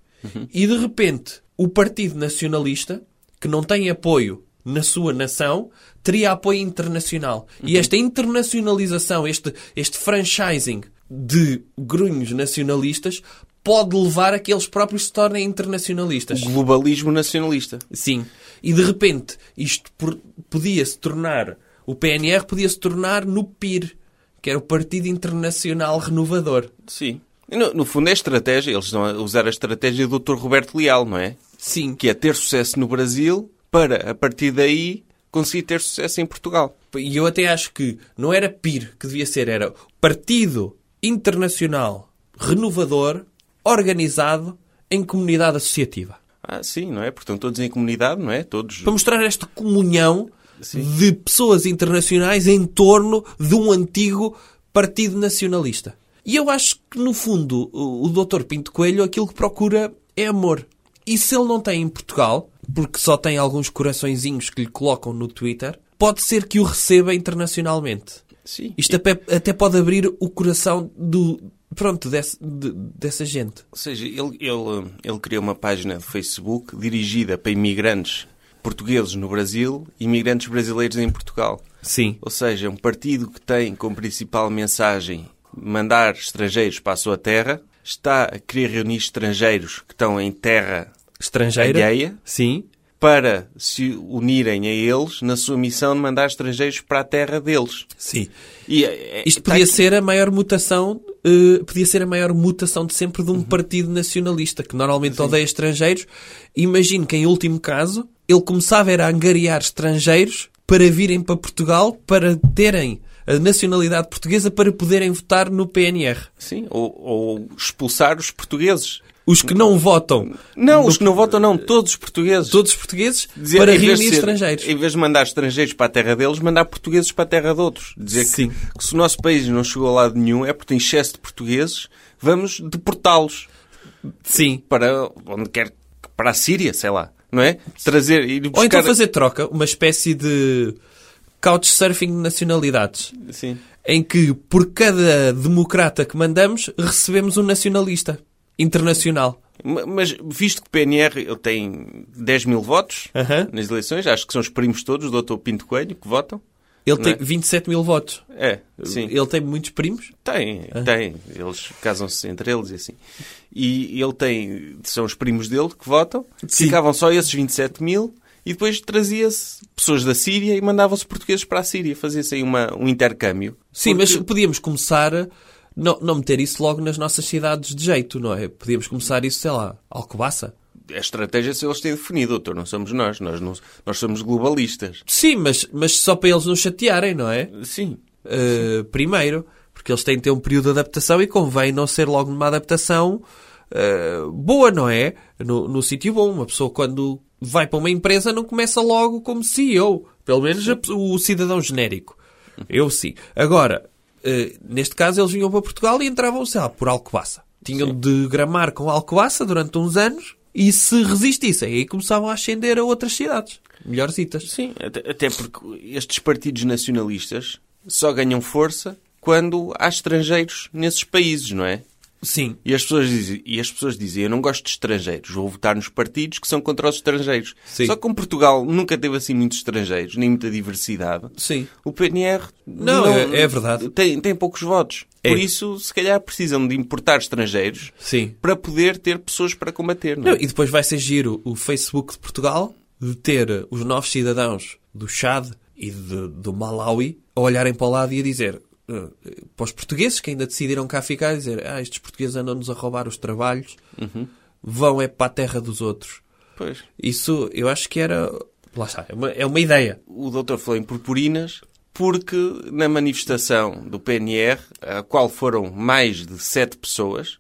[SPEAKER 2] E, de repente, o Partido Nacionalista, que não tem apoio na sua nação, teria apoio internacional. E esta internacionalização, este, este franchising de grunhos nacionalistas pode levar a que eles próprios se tornem internacionalistas.
[SPEAKER 1] O globalismo nacionalista.
[SPEAKER 2] Sim. E de repente, isto por- podia-se tornar, o PNR podia-se tornar no PIR, que era o Partido Internacional Renovador.
[SPEAKER 1] Sim. No, no fundo é estratégia, eles estão a usar a estratégia do Dr. Roberto Leal, não é?
[SPEAKER 2] Sim.
[SPEAKER 1] Que é ter sucesso no Brasil para, a partir daí, conseguir ter sucesso em Portugal.
[SPEAKER 2] E eu até acho que não era PIR que devia ser, era Partido Internacional Renovador organizado em comunidade associativa.
[SPEAKER 1] Ah, sim, não é? Portanto, todos em comunidade, não é? Todos
[SPEAKER 2] Para mostrar esta comunhão de pessoas internacionais em torno de um antigo partido nacionalista. E eu acho que, no fundo, o o Dr. Pinto Coelho aquilo que procura é amor. E se ele não tem em Portugal, porque só tem alguns coraçõezinhos que lhe colocam no Twitter, pode ser que o receba internacionalmente.
[SPEAKER 1] Sim.
[SPEAKER 2] Isto até, até pode abrir o coração do. Pronto, desse- de- dessa gente.
[SPEAKER 1] Ou seja, ele, ele, ele criou uma página de Facebook dirigida para imigrantes portugueses no Brasil e imigrantes brasileiros em Portugal.
[SPEAKER 2] Sim.
[SPEAKER 1] Ou seja, um partido que tem como principal mensagem mandar estrangeiros para a sua terra, está a querer reunir estrangeiros que estão em terra
[SPEAKER 2] Estrangeira.
[SPEAKER 1] Alheia?
[SPEAKER 2] Sim.
[SPEAKER 1] para se unirem a eles na sua missão de mandar estrangeiros para a terra deles.
[SPEAKER 2] Sim.
[SPEAKER 1] E, é- é-
[SPEAKER 2] Isto
[SPEAKER 1] está
[SPEAKER 2] podia
[SPEAKER 1] aqui-
[SPEAKER 2] ser a maior mutação, eh, podia ser a maior mutação de sempre
[SPEAKER 1] Uhum.
[SPEAKER 2] de um partido nacionalista, que normalmente odeia estrangeiros. Imagino que, em último caso, ele começava era a angariar estrangeiros para virem para Portugal, para terem a nacionalidade portuguesa, para poderem votar no PNR.
[SPEAKER 1] Sim, ou- ou expulsar os portugueses.
[SPEAKER 2] Os que não votam,
[SPEAKER 1] Não, os que não votam não, todos os portugueses.
[SPEAKER 2] todos os portugueses,
[SPEAKER 1] Dizer,
[SPEAKER 2] para
[SPEAKER 1] em vez
[SPEAKER 2] reunir
[SPEAKER 1] de ser-
[SPEAKER 2] estrangeiros.
[SPEAKER 1] Em vez de mandar estrangeiros para a terra deles, mandar portugueses para a terra de outros. Dizer que,
[SPEAKER 2] Sim.
[SPEAKER 1] que se o nosso país não chegou a lado nenhum é porque tem excesso de portugueses, vamos deportá-los
[SPEAKER 2] Sim.
[SPEAKER 1] para onde quer que- para a Síria, sei lá, não é? Trazer ir buscar...
[SPEAKER 2] Ou então fazer troca, uma espécie de couchsurfing de nacionalidades.
[SPEAKER 1] Sim.
[SPEAKER 2] em que por cada democrata que mandamos recebemos um nacionalista internacional.
[SPEAKER 1] Ma- Mas visto que o PNR ele tem 10 mil votos
[SPEAKER 2] Aham.
[SPEAKER 1] nas eleições, acho que são os primos todos do Dr. Pinto Coelho que votam.
[SPEAKER 2] Ele tem
[SPEAKER 1] é?
[SPEAKER 2] 27 mil votos.
[SPEAKER 1] É, sim.
[SPEAKER 2] Ele tem muitos primos?
[SPEAKER 1] Tem, tem. Eles casam-se entre eles e assim. E ele tem. São os primos dele que votam.
[SPEAKER 2] Sim.
[SPEAKER 1] Ficavam só esses 27 mil. E depois trazia-se pessoas da Síria e mandavam-se portugueses para a Síria. Fazia-se aí uma, um intercâmbio.
[SPEAKER 2] Sim,
[SPEAKER 1] Porque-
[SPEAKER 2] mas podíamos começar a não, não meter isso logo nas nossas cidades de jeito, não é? Podíamos começar isso, sei lá, Alcobaça.
[SPEAKER 1] A estratégia se eles têm definido, doutor. Não somos nós. Nós, não, nós somos globalistas.
[SPEAKER 2] Sim, mas, mas só para eles nos chatearem, não é?
[SPEAKER 1] Sim.
[SPEAKER 2] Uh, primeiro, porque eles têm de ter um período de adaptação e convém não ser logo numa adaptação uh, boa, não é? No, no sítio bom. Uma pessoa quando vai para uma empresa não começa logo como CEO. Pelo menos a pe- o cidadão genérico. Eu sim. Agora, uh, neste caso eles vinham para Portugal e entravam, sei lá, por Alcobaça. Tinham de gramar com Alcobaça durante uns anos e se resistissem, aí começavam a ascender a outras cidades. Melhorzitas.
[SPEAKER 1] Sim, até, até porque estes partidos nacionalistas só ganham força quando há estrangeiros nesses países, não é?
[SPEAKER 2] Sim.
[SPEAKER 1] E as pessoas dizem, e as pessoas dizem eu não gosto de estrangeiros, vou votar nos partidos que são contra os estrangeiros.
[SPEAKER 2] Sim.
[SPEAKER 1] Só que como Portugal nunca teve assim muitos estrangeiros, nem muita diversidade,
[SPEAKER 2] Sim.
[SPEAKER 1] o PNR
[SPEAKER 2] Não, é- é verdade.
[SPEAKER 1] Tem, tem poucos votos.
[SPEAKER 2] É.
[SPEAKER 1] Por isso, se calhar precisam de importar estrangeiros
[SPEAKER 2] Sim.
[SPEAKER 1] para poder ter pessoas para combater. Não, é?
[SPEAKER 2] Não, e depois vai ser giro o Facebook de Portugal de ter os novos cidadãos do Chad e de- do Malawi a olharem para o lado e a dizer eh, para os portugueses que ainda decidiram cá ficar, a dizer ah, estes portugueses andam-nos a roubar os trabalhos,
[SPEAKER 1] Uhum.
[SPEAKER 2] vão é para a terra dos outros.
[SPEAKER 1] Pois.
[SPEAKER 2] Isso eu acho que era. Lá está, é uma, é uma ideia.
[SPEAKER 1] O doutor falou em purpurinas porque na manifestação do PNR, a qual foram mais de sete pessoas,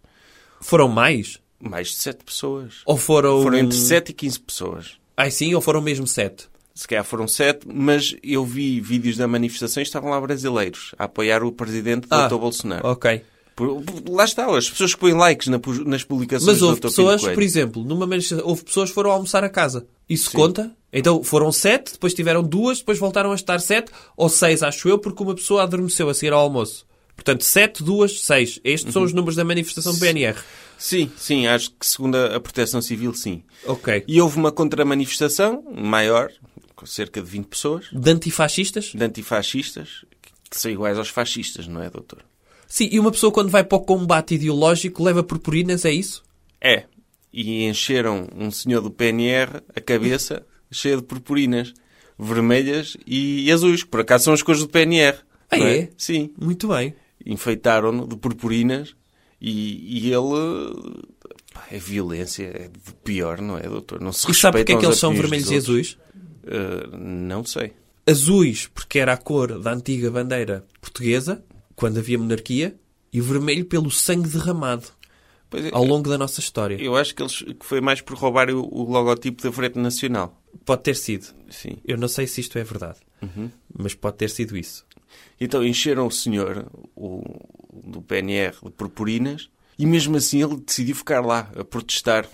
[SPEAKER 2] Foram mais?
[SPEAKER 1] mais de sete pessoas.
[SPEAKER 2] Ou foram.
[SPEAKER 1] Foram entre 7 e 15 pessoas.
[SPEAKER 2] Ai sim, ou foram mesmo sete?
[SPEAKER 1] Se calhar foram sete, mas eu vi vídeos da manifestação e estavam lá brasileiros a apoiar o presidente
[SPEAKER 2] Ah,
[SPEAKER 1] Dr. Bolsonaro.
[SPEAKER 2] Ok.
[SPEAKER 1] Por- por- lá está, as pessoas que põem likes na pu- nas publicações
[SPEAKER 2] Mas
[SPEAKER 1] do
[SPEAKER 2] houve
[SPEAKER 1] Dr. Pinto
[SPEAKER 2] pessoas,
[SPEAKER 1] Coelho.
[SPEAKER 2] por exemplo, numa manifestação, houve pessoas que foram almoçar a casa. Isso conta? Então foram sete, depois tiveram duas, depois voltaram a estar sete, ou seis, acho eu, porque uma pessoa adormeceu a seguir ao almoço. Portanto, sete, duas, seis. Estes são os números da manifestação do PNR.
[SPEAKER 1] Sim, sim, acho que segundo a a Proteção Civil, sim.
[SPEAKER 2] Ok.
[SPEAKER 1] E houve uma contramanifestação maior, com cerca de 20 pessoas,
[SPEAKER 2] De antifascistas?
[SPEAKER 1] de antifascistas, que- que são iguais aos fascistas, não é, doutor?
[SPEAKER 2] Sim, e uma pessoa quando vai para o combate ideológico leva purpurinas, é isso?
[SPEAKER 1] É. E encheram um senhor do PNR a cabeça cheia de purpurinas vermelhas e azuis, que por acaso são as cores do PNR.
[SPEAKER 2] Ah,
[SPEAKER 1] não
[SPEAKER 2] é?
[SPEAKER 1] Sim.
[SPEAKER 2] Muito bem.
[SPEAKER 1] Enfeitaram-no de purpurinas e, e ele. Pá, é violência, é do pior, não é, doutor? Não se
[SPEAKER 2] E sabe porque é
[SPEAKER 1] respeitam
[SPEAKER 2] que
[SPEAKER 1] os
[SPEAKER 2] eles são
[SPEAKER 1] opiniões
[SPEAKER 2] vermelhos
[SPEAKER 1] dos
[SPEAKER 2] e
[SPEAKER 1] outros.
[SPEAKER 2] azuis?
[SPEAKER 1] Ah, não sei.
[SPEAKER 2] azuis porque era a cor da antiga bandeira portuguesa, quando havia monarquia, e vermelho pelo sangue derramado
[SPEAKER 1] Pois é,
[SPEAKER 2] ao longo da nossa história.
[SPEAKER 1] eu acho que, eles, que foi mais por roubar o, o logotipo da Frente Nacional.
[SPEAKER 2] Pode ter sido.
[SPEAKER 1] Sim.
[SPEAKER 2] Eu não sei se isto é verdade, mas pode ter sido isso.
[SPEAKER 1] Então encheram o senhor o, do PNR de purpurinas e mesmo assim ele decidiu ficar lá a protestar.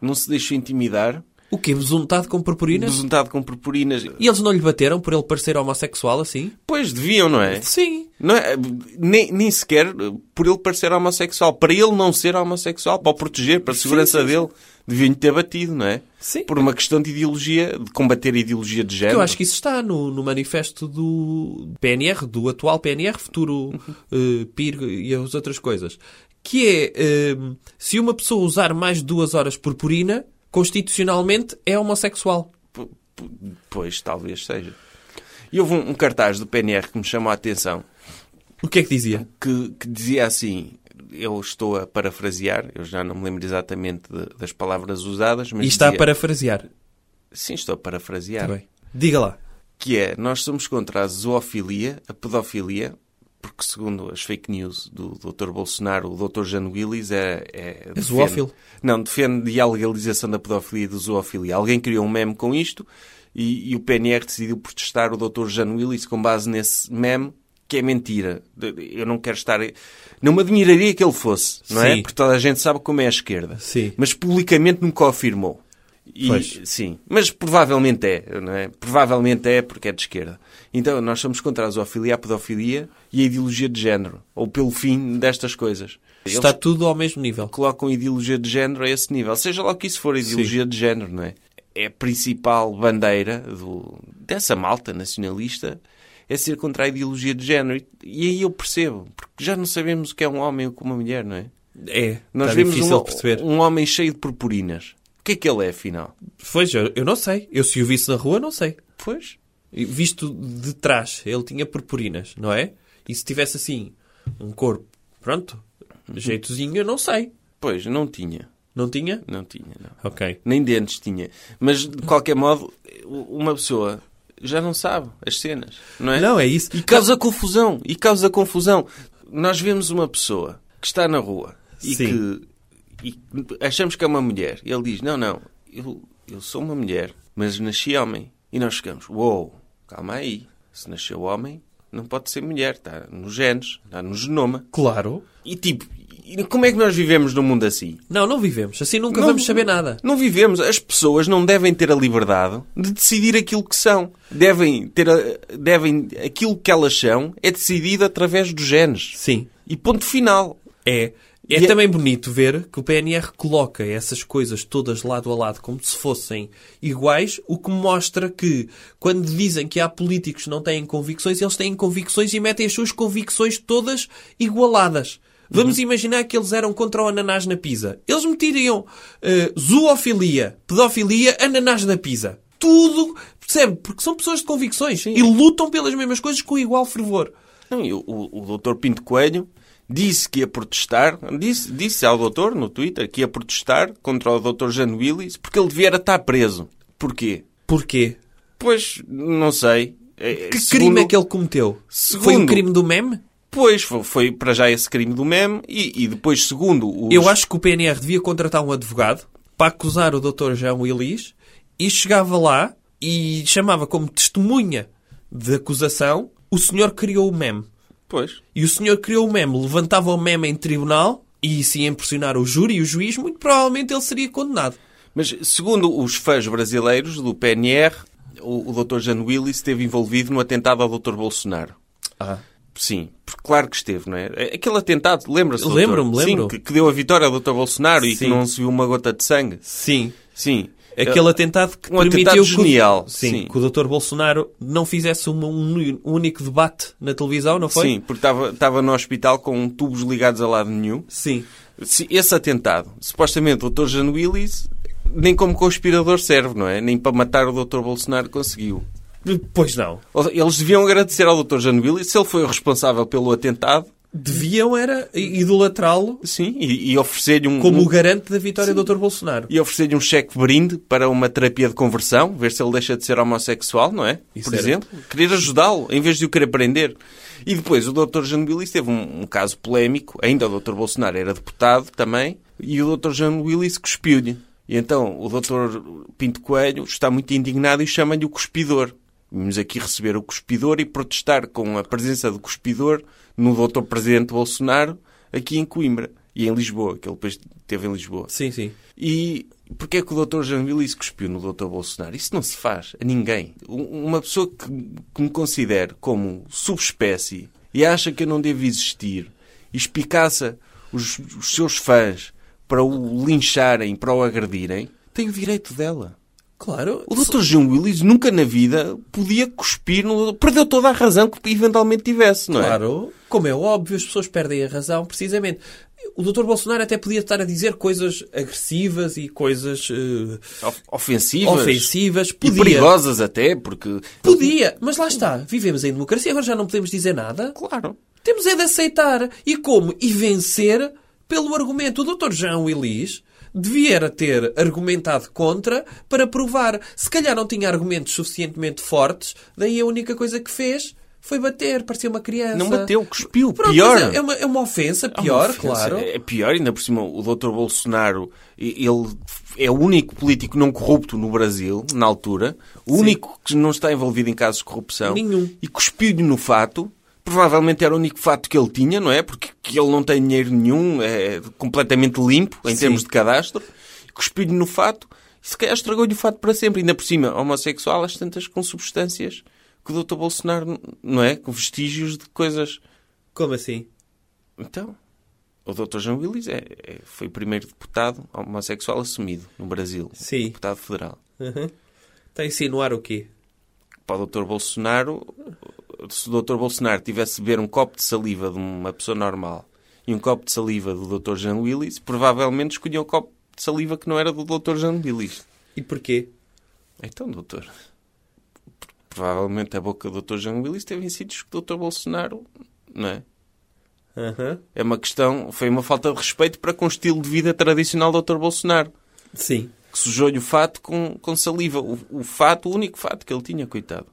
[SPEAKER 1] Não se deixou intimidar,
[SPEAKER 2] O quê? Besuntado com purpurinas?
[SPEAKER 1] besuntado com purpurinas.
[SPEAKER 2] E eles não lhe bateram por ele parecer homossexual assim?
[SPEAKER 1] Pois deviam, não é?
[SPEAKER 2] Sim.
[SPEAKER 1] Não é? Nem, nem sequer por ele parecer homossexual. Para ele não ser homossexual, para o proteger, para a segurança dele, deviam-lhe ter batido, não é?
[SPEAKER 2] Sim.
[SPEAKER 1] Por uma questão de ideologia, de combater a ideologia de género.
[SPEAKER 2] Eu acho que isso está no, no manifesto do PNR, do atual PNR, futuro
[SPEAKER 1] Uhum.
[SPEAKER 2] eh, PIR e as outras coisas. Que é, eh, se uma pessoa usar mais de duas horas purpurina, constitucionalmente é homossexual.
[SPEAKER 1] P- p- Pois, talvez seja. E houve um, um cartaz do PNR que me chamou a atenção.
[SPEAKER 2] O que é que dizia?
[SPEAKER 1] que, que dizia assim, eu estou a parafrasear, eu já não me lembro exatamente de- das palavras usadas, mas
[SPEAKER 2] e está a
[SPEAKER 1] dizia- É.
[SPEAKER 2] parafrasear.
[SPEAKER 1] Sim, estou a parafrasear.
[SPEAKER 2] Tá bem. Diga lá.
[SPEAKER 1] que é, nós somos contra a zoofilia, a pedofilia, porque segundo as fake news do Dr. Bolsonaro, o Dr. Jano Willis é... É, defende-
[SPEAKER 2] zoófilo.
[SPEAKER 1] Não, defende a legalização da pedofilia e do zoofilia. Alguém criou um meme com isto e, e o PNR decidiu protestar o Dr. Jano Willis com base nesse meme que é mentira. Eu não quero estar... Não me admiraria que ele fosse, não é?
[SPEAKER 2] Sim.
[SPEAKER 1] Porque toda a gente sabe como é a esquerda.
[SPEAKER 2] Sim.
[SPEAKER 1] Mas publicamente nunca o afirmou. E-
[SPEAKER 2] Pois.
[SPEAKER 1] Sim, mas provavelmente é, não é? Provavelmente é porque é de esquerda. Então, nós somos contra a zoofilia, a pedofilia e a ideologia de género, ou pelo fim destas coisas. Eles
[SPEAKER 2] Está tudo ao mesmo nível.
[SPEAKER 1] colocam a ideologia de género a esse nível, seja lá o que isso for, a ideologia de género, não é? É a principal bandeira do, dessa malta nacionalista é ser contra a ideologia de género. E, e aí eu percebo, porque já não sabemos o que é um homem ou o que é uma mulher, não é?
[SPEAKER 2] É.
[SPEAKER 1] Nós
[SPEAKER 2] está
[SPEAKER 1] vemos
[SPEAKER 2] difícil
[SPEAKER 1] um,
[SPEAKER 2] de perceber.
[SPEAKER 1] um homem cheio de purpurinas. O que é que ele é, afinal?
[SPEAKER 2] Pois, eu, eu não sei. Eu se o visse na rua, não sei.
[SPEAKER 1] Pois,
[SPEAKER 2] E Visto de trás, ele tinha purpurinas, não é? E se tivesse assim, um corpo, pronto, jeitozinho, eu não sei.
[SPEAKER 1] pois, não tinha.
[SPEAKER 2] Não tinha?
[SPEAKER 1] Não tinha, não.
[SPEAKER 2] Ok.
[SPEAKER 1] Nem dentes tinha. Mas, de qualquer modo, uma pessoa já não sabe as cenas, não é?
[SPEAKER 2] Não, é isso.
[SPEAKER 1] E causa confusão. E causa confusão. Nós vemos uma pessoa que está na rua e
[SPEAKER 2] Sim.
[SPEAKER 1] que e achamos que é uma mulher. E ele diz, não, não, eu, eu sou uma mulher, mas nasci homem. E nós ficamos, uou, calma aí. Se nasceu homem, não pode ser mulher. Está nos genes, está no genoma.
[SPEAKER 2] Claro.
[SPEAKER 1] E tipo, e como é que nós vivemos num mundo assim?
[SPEAKER 2] Não, não vivemos. Assim nunca
[SPEAKER 1] Não-
[SPEAKER 2] vamos saber nada.
[SPEAKER 1] Não vivemos. As pessoas não devem ter a liberdade de decidir aquilo que são. Devem ter a- devem aquilo que elas são é decidido através dos genes.
[SPEAKER 2] Sim.
[SPEAKER 1] E ponto final.
[SPEAKER 2] É. É
[SPEAKER 1] E é-
[SPEAKER 2] também bonito ver que o PNR coloca essas coisas todas lado a lado como se fossem iguais, o que mostra que quando dizem que há políticos que não têm convicções, eles têm convicções e metem as suas convicções todas igualadas. Vamos imaginar que eles eram contra o ananás na pizza. Eles metiriam eh, zoofilia, pedofilia, ananás na pizza. Tudo, percebe? Porque são pessoas de convicções e lutam pelas mesmas coisas com igual fervor.
[SPEAKER 1] Não, e o, o doutor Pinto Coelho disse que ia protestar, disse, disse ao doutor no Twitter que ia protestar contra o doutor Jano Willis porque ele devia estar preso. Porquê?
[SPEAKER 2] Porquê?
[SPEAKER 1] Pois, não sei. É, é,
[SPEAKER 2] Que
[SPEAKER 1] segundo-
[SPEAKER 2] crime é que ele cometeu? Foi o
[SPEAKER 1] Segundo-
[SPEAKER 2] crime do meme?
[SPEAKER 1] Pois, foi, foi para já esse crime do meme e, e depois, segundo os...
[SPEAKER 2] Eu acho que o PNR devia contratar um advogado para acusar o Dr. João Willis e chegava lá e chamava como testemunha de acusação o senhor que criou o meme.
[SPEAKER 1] Pois.
[SPEAKER 2] E o senhor que criou o meme, levantava o meme em tribunal e isso ia impressionar o júri e o juiz, muito provavelmente ele seria condenado.
[SPEAKER 1] Mas, segundo os fãs brasileiros do PNR, o, o doutor Jano Willis esteve envolvido no atentado ao doutor Bolsonaro. Ah, Sim, porque claro que esteve, não é? Aquele atentado, lembra-se? doutor?
[SPEAKER 2] Lembro-me, lembro.
[SPEAKER 1] Sim, que, que deu a vitória ao Dr. Bolsonaro e que
[SPEAKER 2] Sim.
[SPEAKER 1] não se viu uma gota de sangue.
[SPEAKER 2] Sim.
[SPEAKER 1] Sim.
[SPEAKER 2] Aquele atentado que
[SPEAKER 1] um
[SPEAKER 2] permitiu
[SPEAKER 1] atentado
[SPEAKER 2] que o-
[SPEAKER 1] genial,
[SPEAKER 2] sim,
[SPEAKER 1] sim.
[SPEAKER 2] que o Dr. Bolsonaro não fizesse um, um único debate na televisão, não foi?
[SPEAKER 1] Eh, Sim, porque estava- estava no hospital com tubos ligados a lado nenhum.
[SPEAKER 2] Sim.
[SPEAKER 1] Se- Esse atentado, supostamente o Dr. Jan Willis, nem como conspirador serve, não é? Nem para matar o Dr. Bolsonaro conseguiu.
[SPEAKER 2] Pois não.
[SPEAKER 1] Ou seja, Eles deviam agradecer ao Dr. Jan Willis se ele foi o responsável pelo atentado.
[SPEAKER 2] Deviam era idolatrá-lo
[SPEAKER 1] Sim, e, e oferecer-lhe um,
[SPEAKER 2] como
[SPEAKER 1] um-
[SPEAKER 2] o garante da vitória do Dr. Bolsonaro.
[SPEAKER 1] e oferecer-lhe um cheque brinde para uma terapia de conversão, ver se ele deixa de ser homossexual, não é?
[SPEAKER 2] Isso
[SPEAKER 1] Por
[SPEAKER 2] era.
[SPEAKER 1] exemplo, querer ajudá-lo em vez de o querer prender. E depois o Dr. Jano Willis teve um, um caso polémico, ainda o Dr. Bolsonaro era deputado também, e o Dr. Jano Willis cuspiu-lhe. E então o Dr. Pinto Coelho está muito indignado e chama-lhe o cuspidor. Vimos aqui receber o cuspidor e protestar com a presença do cuspidor no Dr. Presidente Bolsonaro aqui em Coimbra e em Lisboa, que ele depois teve em Lisboa.
[SPEAKER 2] Sim, sim.
[SPEAKER 1] E porquê é que o Dr. Jean Willis cuspiu no Dr. Bolsonaro? Isso não se faz a ninguém. Um- Uma pessoa que, que me considere como subespécie e acha que eu não devo existir e espicaça os, os seus fãs para o lincharem, para o agredirem, tem o direito dela.
[SPEAKER 2] Claro.
[SPEAKER 1] O Dr. Jean Willis nunca na vida podia cuspir no... Perdeu toda a razão que eventualmente tivesse, não é?
[SPEAKER 2] Claro. Como é óbvio, as pessoas perdem a razão, precisamente. O Dr. Bolsonaro até podia estar a dizer coisas agressivas e coisas eh,
[SPEAKER 1] Of- Ofensivas.
[SPEAKER 2] ofensivas.
[SPEAKER 1] E
[SPEAKER 2] Podia.
[SPEAKER 1] perigosas até, porque...
[SPEAKER 2] Podia. Mas lá está. Vivemos em democracia, agora já não podemos dizer nada.
[SPEAKER 1] Claro.
[SPEAKER 2] Temos é de aceitar. E como? E vencer pelo argumento. O Dr. João Elis devia era ter argumentado contra para provar. Se calhar não tinha argumentos suficientemente fortes, daí a única coisa que fez foi bater, parecia uma criança.
[SPEAKER 1] Não bateu, cuspiu.
[SPEAKER 2] Pronto,
[SPEAKER 1] pior.
[SPEAKER 2] mas É uma, é uma ofensa,
[SPEAKER 1] É uma
[SPEAKER 2] pior,
[SPEAKER 1] ofensa.
[SPEAKER 2] claro.
[SPEAKER 1] É pior, ainda por cima, o Dr. Bolsonaro, e- ele é o único político não corrupto no Brasil, na altura, o único que não está envolvido em casos de corrupção.
[SPEAKER 2] Nenhum.
[SPEAKER 1] E cuspiu-lhe no fato, provavelmente era o único fato que ele tinha, não é? Porque que ele não tem dinheiro nenhum, é completamente limpo em
[SPEAKER 2] Sim.
[SPEAKER 1] termos de cadastro. Cuspiu-lhe no fato, e se calhar estragou-lhe o fato para sempre, ainda por cima, homossexual, às tantas com substâncias que o Dr. Bolsonaro, não é? Com vestígios de coisas.
[SPEAKER 2] Como assim?
[SPEAKER 1] Então, o Dr. João Willis é, é- foi o primeiro deputado homossexual assumido no Brasil.
[SPEAKER 2] Sim.
[SPEAKER 1] Deputado federal.
[SPEAKER 2] Está a insinuar o quê?
[SPEAKER 1] Para o Dr. Bolsonaro, se o Dr. Bolsonaro tivesse de beber um copo de saliva de uma pessoa normal e um copo de saliva do Dr. João Willis, provavelmente escolhia um copo de saliva que não era do Dr. João Willis.
[SPEAKER 2] E porquê?
[SPEAKER 1] Então, doutor, provavelmente a boca do Dr. João Willis teve em sítios que o Dr. Bolsonaro, não é?
[SPEAKER 2] Aham.
[SPEAKER 1] É uma questão, foi uma falta de respeito para com o estilo de vida tradicional do Dr. Bolsonaro.
[SPEAKER 2] Sim.
[SPEAKER 1] que sujou-lhe o fato com, com saliva. O, o fato, o único fato que ele tinha, coitado.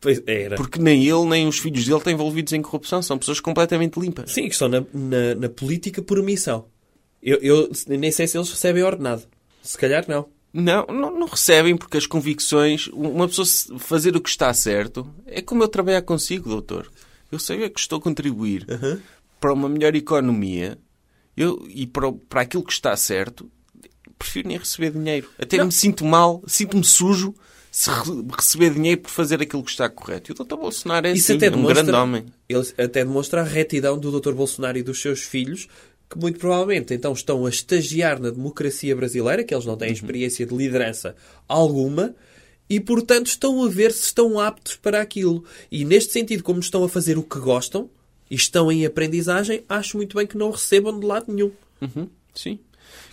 [SPEAKER 2] Pois era.
[SPEAKER 1] Porque nem ele, nem os filhos dele estão envolvidos em corrupção. São pessoas completamente limpas.
[SPEAKER 2] Sim, que estão na, na, na política por omissão. Eu, eu nem sei se eles recebem ordenado. Se calhar não.
[SPEAKER 1] Não, não, não recebem porque as convicções... um, Uma pessoa se- fazer o que está certo é como eu trabalhar consigo, doutor. Eu sei é que estou a contribuir para uma melhor economia eu, e para, o- para aquilo que está certo. Prefiro nem receber dinheiro. Até me sinto mal, sinto-me sujo se re- receber dinheiro por fazer aquilo que está correto. E o doutor Bolsonaro é assim, é um grande um homem.
[SPEAKER 2] Ele até demonstra a retidão do Dr. Bolsonaro e dos seus filhos, que muito provavelmente então estão a estagiar na democracia brasileira, que eles não
[SPEAKER 1] Uhum.
[SPEAKER 2] têm experiência de liderança alguma, e portanto estão a ver se estão aptos para aquilo. E neste sentido, como estão a fazer o que gostam e estão em aprendizagem, acho muito bem que não recebam de lado nenhum.
[SPEAKER 1] Uhum, sim.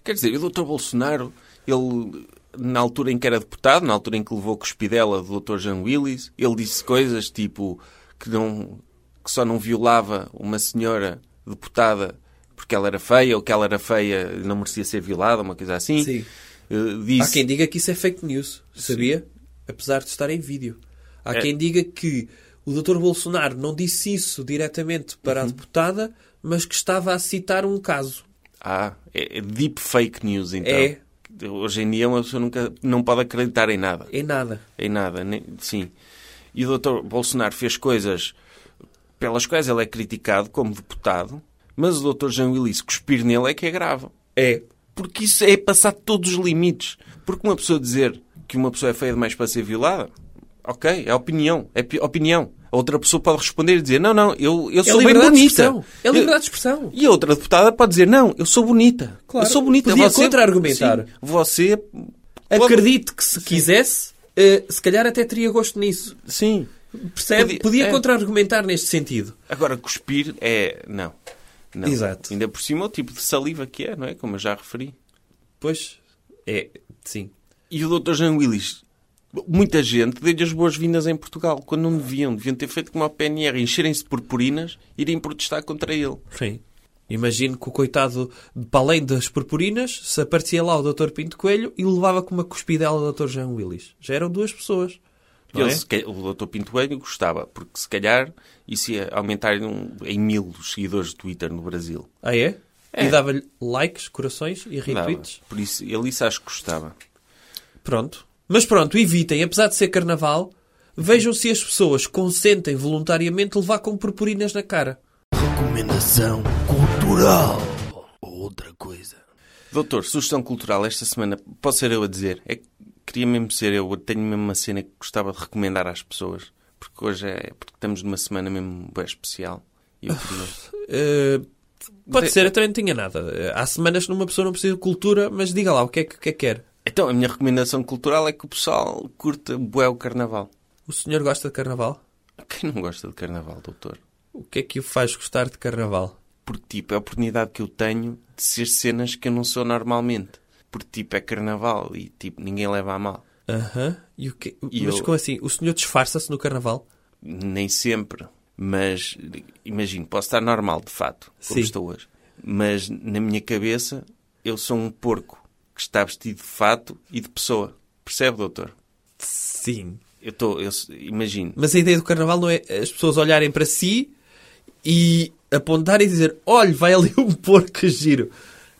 [SPEAKER 1] Quer dizer, o Dr. Bolsonaro, ele, na altura em que era deputado, na altura em que levou a cuspidela do Dr. Jean Willis, ele disse coisas tipo que, não, que só não violava uma senhora deputada porque ela era feia ou que ela era feia e não merecia ser violada, uma coisa assim.
[SPEAKER 2] Sim.
[SPEAKER 1] Eh,
[SPEAKER 2] Há
[SPEAKER 1] disse.
[SPEAKER 2] quem diga que isso é fake news, sabia? Apesar de estar em vídeo. Há
[SPEAKER 1] É.
[SPEAKER 2] quem diga que o Dr. Bolsonaro não disse isso diretamente para
[SPEAKER 1] Uhum.
[SPEAKER 2] a deputada, mas que estava a citar um caso.
[SPEAKER 1] Ah, é é deep fake news, então.
[SPEAKER 2] É.
[SPEAKER 1] Hoje em dia uma pessoa nunca, não pode acreditar em nada.
[SPEAKER 2] É nada.
[SPEAKER 1] Em nada, nem- sim. E o Dr. Bolsonaro fez coisas pelas quais ele é criticado como deputado, mas o Dr. Jean Willis cuspir nele é que é grave.
[SPEAKER 2] É.
[SPEAKER 1] Porque isso é passar todos os limites. Porque uma pessoa dizer que uma pessoa é feia demais para ser violada, ok, é opinião, é pi- opinião. A outra pessoa pode responder e dizer, não, não, eu, eu
[SPEAKER 2] É
[SPEAKER 1] sou bem
[SPEAKER 2] liberdade de
[SPEAKER 1] bonita.
[SPEAKER 2] expressão. É
[SPEAKER 1] Eu-
[SPEAKER 2] liberdade de expressão.
[SPEAKER 1] e a outra deputada pode dizer, não, eu sou bonita.
[SPEAKER 2] Claro.
[SPEAKER 1] Eu sou bonita.
[SPEAKER 2] Podia
[SPEAKER 1] Você-
[SPEAKER 2] contra-argumentar.
[SPEAKER 1] Sim, Você... pode-
[SPEAKER 2] Acredite que se quisesse, eh, se calhar até teria gosto nisso.
[SPEAKER 1] Sim.
[SPEAKER 2] Percebe?
[SPEAKER 1] Podia-
[SPEAKER 2] Podia
[SPEAKER 1] é.
[SPEAKER 2] contra-argumentar neste sentido.
[SPEAKER 1] Agora, cuspir é... Não. Não.
[SPEAKER 2] Exato.
[SPEAKER 1] Ainda por cima o tipo de saliva que é, não é? Como eu já referi.
[SPEAKER 2] Pois. É. Sim.
[SPEAKER 1] E o Dr. Jean Willis, muita gente deu-lhe as boas-vindas em Portugal, quando não deviam. Deviam ter feito como a PNR, encherem-se de purpurinas e irem protestar contra ele.
[SPEAKER 2] Sim. Imagino que o coitado, para além das purpurinas, se aparecia lá o Dr. Pinto Coelho e levava com uma cuspidela o Dr. Jean Willis. Já eram duas pessoas. não
[SPEAKER 1] Ele,
[SPEAKER 2] é?
[SPEAKER 1] se calhar- O Dr. Pinto Coelho gostava, porque se calhar isso ia aumentar em- um, em mil os seguidores de Twitter no Brasil.
[SPEAKER 2] Ah, é? E dava-lhe likes, corações e
[SPEAKER 1] Dava.
[SPEAKER 2] retweets.
[SPEAKER 1] Por isso, ele isso acho que gostava.
[SPEAKER 2] Pronto. Mas pronto, evitem, apesar de ser carnaval, vejam se as pessoas consentem voluntariamente levar com purpurinas na cara.
[SPEAKER 3] Recomendação cultural. Outra coisa.
[SPEAKER 1] Doutor, sugestão cultural esta semana, posso ser eu a dizer? É que queria mesmo ser eu, eu tenho mesmo uma cena que gostava de recomendar às pessoas, porque hoje é, porque estamos numa semana mesmo bem especial. E eu queria-
[SPEAKER 2] Uh, pode
[SPEAKER 1] De-
[SPEAKER 2] ser, eu também não tinha nada. Uh, Há semanas que uma pessoa não precisa de cultura, mas diga lá, o que é que, o que é que quer?
[SPEAKER 1] Então, a minha recomendação cultural é que o pessoal curta bué o carnaval.
[SPEAKER 2] O senhor gosta de carnaval?
[SPEAKER 1] Quem não gosta de carnaval, doutor?
[SPEAKER 2] O que é que o faz gostar de carnaval?
[SPEAKER 1] Porque, tipo, é a oportunidade que eu tenho de ser cenas que eu não sou normalmente. Porque, tipo, é carnaval e, tipo, ninguém leva a mal.
[SPEAKER 2] Aham. E o que...
[SPEAKER 1] E
[SPEAKER 2] Mas
[SPEAKER 1] eu-
[SPEAKER 2] como assim? O senhor disfarça-se no carnaval?
[SPEAKER 1] nem sempre, mas imagino, posso estar normal de fato, como
[SPEAKER 2] Sim.
[SPEAKER 1] estou hoje, mas na minha cabeça eu sou um porco que está vestido de fato e de pessoa. Percebe, doutor?
[SPEAKER 2] Sim.
[SPEAKER 1] Eu estou, eu s- imagino.
[SPEAKER 2] Mas a ideia do carnaval não é as pessoas olharem para si e apontarem e dizer: olha, vai ali um porco giro.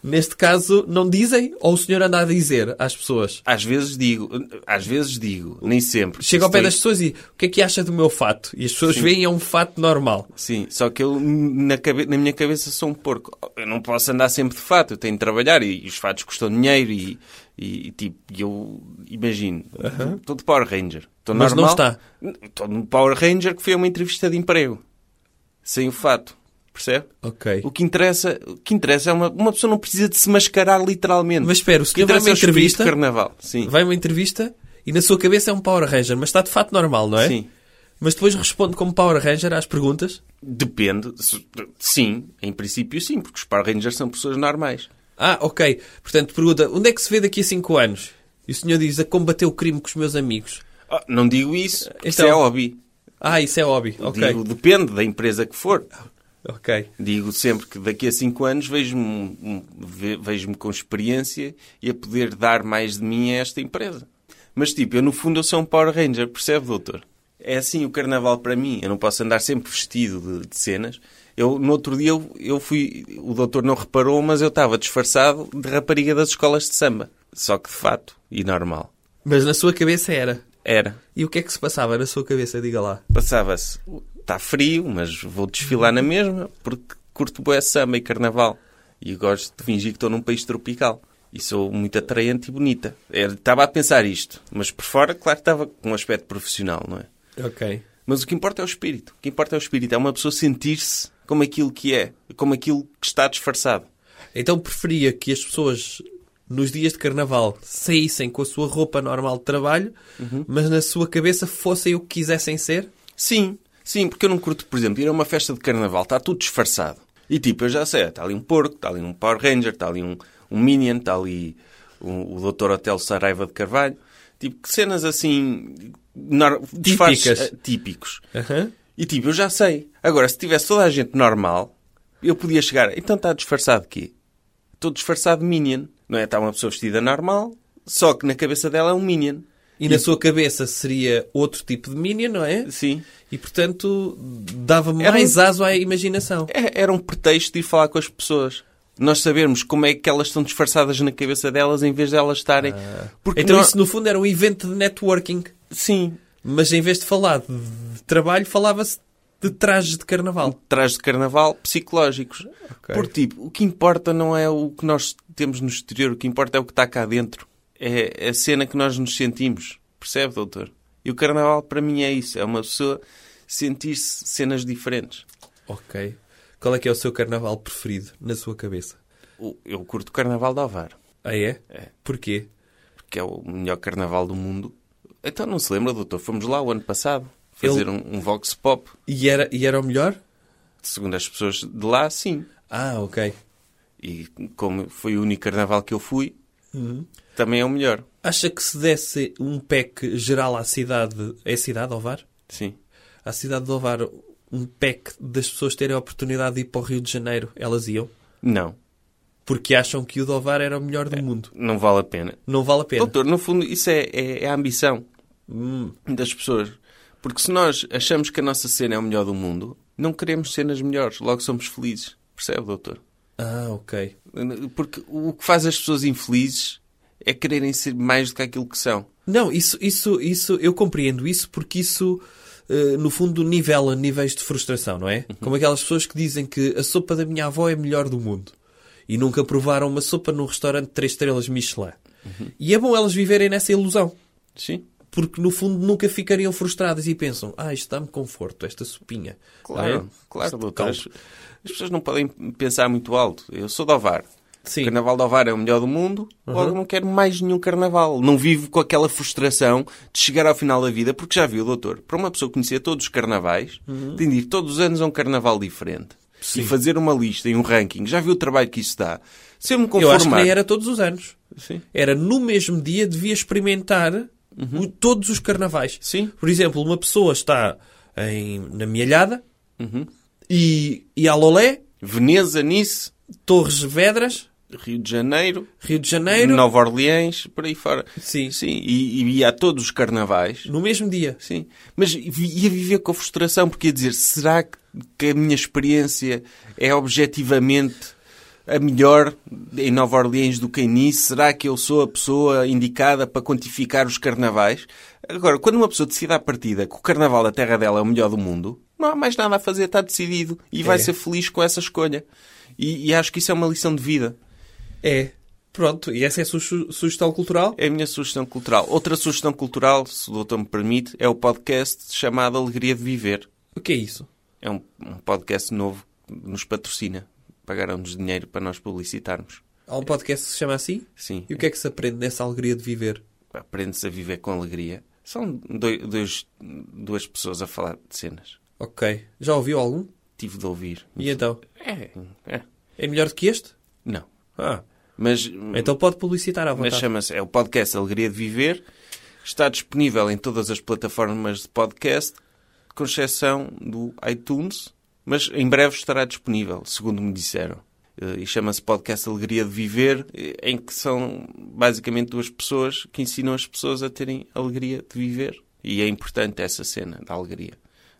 [SPEAKER 2] Neste caso, não dizem ou o senhor anda a dizer às pessoas?
[SPEAKER 1] Às vezes digo, às vezes digo, nem sempre.
[SPEAKER 2] Chega ao pé
[SPEAKER 1] Estou-
[SPEAKER 2] das pessoas e o que é que acha do meu fato? E as pessoas
[SPEAKER 1] Sim.
[SPEAKER 2] veem é um fato normal.
[SPEAKER 1] Sim, só que eu na, cabe- na minha cabeça sou um porco. Eu não posso andar sempre de fato, eu tenho de trabalhar e, os fatos custam dinheiro e, e, e, tipo, eu imagino, estou de Power Ranger. Estou
[SPEAKER 2] Mas não
[SPEAKER 1] normal.
[SPEAKER 2] está.
[SPEAKER 1] Estou no Power Ranger que foi uma entrevista de emprego. Sem o fato, percebe?
[SPEAKER 2] Ok.
[SPEAKER 1] O que interessa, o que interessa é uma, uma pessoa não precisa de se mascarar literalmente.
[SPEAKER 2] Mas espera, o
[SPEAKER 1] que
[SPEAKER 2] senhor vai
[SPEAKER 1] interessa
[SPEAKER 2] uma
[SPEAKER 1] é o espírito de
[SPEAKER 2] entrevista,
[SPEAKER 1] carnaval. Sim.
[SPEAKER 2] vai uma entrevista e na sua cabeça é um Power Ranger, mas está de fato normal, não é?
[SPEAKER 1] Sim.
[SPEAKER 2] Mas depois responde como Power Ranger às perguntas.
[SPEAKER 1] Depende. Se- Sim, em princípio sim, porque os Power Rangers são pessoas normais.
[SPEAKER 2] Ah, ok. Portanto, pergunta, onde é que se vê daqui a 5 anos? E o senhor diz, a combater o crime com os meus amigos.
[SPEAKER 1] Ah, Não digo isso, porque isso
[SPEAKER 2] Então.
[SPEAKER 1] é hobby.
[SPEAKER 2] Ah, isso é hobby. Ok.
[SPEAKER 1] Digo, depende da empresa que for.
[SPEAKER 2] Ok.
[SPEAKER 1] Digo sempre que daqui a cinco anos vejo-me um- um- ve- vejo-me com experiência e a poder dar mais de mim a esta empresa. Mas tipo, eu no fundo eu sou um Power Ranger, percebe, doutor? É assim o carnaval para mim. Eu não posso andar sempre vestido de, de cenas. Eu, no outro dia eu, eu fui, o doutor não reparou, mas eu estava disfarçado de rapariga das escolas de samba. Só que de fato, e normal.
[SPEAKER 2] Mas na sua cabeça era.
[SPEAKER 1] Era.
[SPEAKER 2] E o que é que se passava na sua cabeça? Diga lá.
[SPEAKER 1] Passava-se, está frio, mas vou desfilar na mesma, porque curto bué samba e carnaval. E gosto de fingir que estou num país tropical. E sou muito atraente e bonita. Era- Estava a pensar isto, mas por fora, claro, estava com um aspecto profissional, não é?
[SPEAKER 2] Ok.
[SPEAKER 1] Mas o que importa é o espírito. O que importa é o espírito. É uma pessoa sentir-se como aquilo que é, como aquilo que está disfarçado.
[SPEAKER 2] Então preferia que as pessoas nos dias de carnaval saíssem com a sua roupa normal de trabalho, mas na sua cabeça fossem o que quisessem ser.
[SPEAKER 1] Sim, sim, porque eu não curto, por exemplo, ir a uma festa de carnaval, está tudo disfarçado. E tipo, eu já sei, está ali um porco, está ali um Power Ranger, está ali um, um Minion, está ali um- o Dr. Hotel Saraiva de Carvalho. Tipo, que cenas assim. nor- disfarces,
[SPEAKER 2] Típicas.
[SPEAKER 1] eh, típicos. E tipo, eu já sei. Agora, se tivesse toda a gente normal, eu podia chegar. Então está disfarçado de quê? Estou disfarçado de Minion. Não é? Está uma pessoa vestida normal, só que na cabeça dela é um Minion.
[SPEAKER 2] E na sua cabeça seria outro tipo de Minion, não é?
[SPEAKER 1] Sim.
[SPEAKER 2] E portanto dava
[SPEAKER 1] Era
[SPEAKER 2] mais
[SPEAKER 1] um-
[SPEAKER 2] aso à imaginação.
[SPEAKER 1] É- Era um pretexto de ir falar com as pessoas. Nós sabermos como é que elas estão disfarçadas na cabeça delas em vez de elas estarem. Porque
[SPEAKER 2] Então
[SPEAKER 1] não-
[SPEAKER 2] isso no fundo era um evento de networking.
[SPEAKER 1] Sim,
[SPEAKER 2] Mas em vez de falar de de trabalho, falava-se de trajes de carnaval.
[SPEAKER 1] traz de carnaval psicológicos.
[SPEAKER 2] Ok.
[SPEAKER 1] Porque, tipo, o que importa não é o que nós temos no exterior, o que importa é o que está cá dentro. É a cena que nós nos sentimos. Percebe, doutor? E o carnaval, para mim, é isso. É uma pessoa sentir-se cenas diferentes.
[SPEAKER 2] Ok. Qual é que é o seu carnaval preferido na sua cabeça?
[SPEAKER 1] O- Eu curto o carnaval de Alvar,
[SPEAKER 2] Ah, é?
[SPEAKER 1] É.
[SPEAKER 2] Porquê?
[SPEAKER 1] porque é o melhor carnaval do mundo. Então, não se lembra, doutor? Fomos lá o ano passado fazer um, um vox pop.
[SPEAKER 2] E era, e era o melhor?
[SPEAKER 1] Segundo as pessoas de lá, sim.
[SPEAKER 2] Ah, ok.
[SPEAKER 1] E como foi o único carnaval que eu fui, também é o melhor.
[SPEAKER 2] Acha que se desse um PEC geral à cidade... É a cidade, Ovar?
[SPEAKER 1] Sim.
[SPEAKER 2] À cidade de Ovar, um PEC das pessoas terem a oportunidade de ir para o Rio de Janeiro, elas iam?
[SPEAKER 1] Não,
[SPEAKER 2] Porque acham que o de Ovar era o melhor do mundo.
[SPEAKER 1] não vale a pena.
[SPEAKER 2] Não vale a pena.
[SPEAKER 1] Doutor, no fundo, isso é, é- é a ambição
[SPEAKER 2] Hum,
[SPEAKER 1] das pessoas. Porque se nós achamos que a nossa cena é o melhor do mundo, não queremos cenas melhores, logo somos felizes. Percebe, doutor?
[SPEAKER 2] Ah, ok.
[SPEAKER 1] Porque o que faz as pessoas infelizes é quererem ser mais do que aquilo que são.
[SPEAKER 2] Não, isso, isso, isso, eu compreendo isso porque isso, eh, no fundo, nivela níveis de frustração, não
[SPEAKER 1] Uhum.
[SPEAKER 2] é? Como aquelas pessoas que dizem que a sopa da minha avó é a melhor do mundo e nunca provaram uma sopa num restaurante de três estrelas Michelin.
[SPEAKER 1] Uhum.
[SPEAKER 2] E é bom elas viverem nessa ilusão.
[SPEAKER 1] Sim.
[SPEAKER 2] Porque, no fundo, nunca ficariam frustradas e pensam, ah, isto dá-me conforto, esta sopinha.
[SPEAKER 1] Claro,
[SPEAKER 2] Não é?
[SPEAKER 1] claro, doutor.
[SPEAKER 2] caldo.
[SPEAKER 1] As, as pessoas não podem pensar muito alto. Eu sou de Ovar.
[SPEAKER 2] Sim. Uhum.
[SPEAKER 1] O Carnaval de Ovar é o melhor do mundo, logo não quero mais nenhum carnaval. Não vivo com aquela frustração de chegar ao final da vida, porque já viu, doutor, para uma pessoa conhecer todos os carnavais,
[SPEAKER 2] Uhum.
[SPEAKER 1] tem de ir todos os anos a um carnaval diferente. E fazer uma lista e um ranking. Já viu o trabalho que isso dá? Se eu me
[SPEAKER 2] Eu acho que
[SPEAKER 1] conformar...
[SPEAKER 2] nem era todos os anos.
[SPEAKER 1] Sim.
[SPEAKER 2] Era no mesmo dia devia experimentar o- todos os carnavais.
[SPEAKER 1] Uhum. Sim.
[SPEAKER 2] Por exemplo, uma pessoa está em, na Mialhada
[SPEAKER 1] Uhum.
[SPEAKER 2] e, e a Lolé,
[SPEAKER 1] Veneza, Nice,
[SPEAKER 2] Torres Vedras,
[SPEAKER 1] Rio de Janeiro,
[SPEAKER 2] Rio de Janeiro,
[SPEAKER 1] Nova Orleans, por aí fora.
[SPEAKER 2] Sim.
[SPEAKER 1] Uhum. Sim. E, e, e há todos os carnavais.
[SPEAKER 2] no mesmo dia.
[SPEAKER 1] Sim, mas vi- ia viver com a frustração, porque ia dizer: será que que a minha experiência é objetivamente a melhor em Nova Orleans do que em Nice? Será que eu sou a pessoa indicada para quantificar os carnavais? Agora, quando uma pessoa decide à partida que o carnaval da terra dela é o melhor do mundo, não há mais nada a fazer, está decidido e vai
[SPEAKER 2] É.
[SPEAKER 1] ser feliz com essa escolha. E, e acho que isso é uma lição de vida.
[SPEAKER 2] É. Pronto, e essa é a su- su- sugestão cultural?
[SPEAKER 1] É a minha sugestão cultural. Outra sugestão cultural, se o doutor me permite, é o podcast chamado Alegria de Viver.
[SPEAKER 2] O que é isso?
[SPEAKER 1] É um, um podcast novo que nos patrocina. Pagaram-nos dinheiro para nós publicitarmos.
[SPEAKER 2] Há um podcast que se chama assim?
[SPEAKER 1] Sim.
[SPEAKER 2] E o que é que se aprende nessa alegria de viver?
[SPEAKER 1] Aprende-se a viver com alegria. São doi- dois, duas pessoas a falar de cenas.
[SPEAKER 2] Ok. Já ouviu algum?
[SPEAKER 1] Tive de ouvir.
[SPEAKER 2] E então?
[SPEAKER 1] É. é.
[SPEAKER 2] É melhor do que este?
[SPEAKER 1] Não.
[SPEAKER 2] Ah.
[SPEAKER 1] Mas,
[SPEAKER 2] Então pode publicitar à
[SPEAKER 1] mas
[SPEAKER 2] vontade.
[SPEAKER 1] chama-se... É o podcast Alegria de Viver. Está disponível em todas as plataformas de podcast, com exceção do iTunes. Mas em breve estará disponível, segundo me disseram. Eh, e chama-se podcast Alegria de Viver, eh, em que são basicamente duas pessoas que ensinam as pessoas a terem alegria de viver. E é importante essa cena da alegria,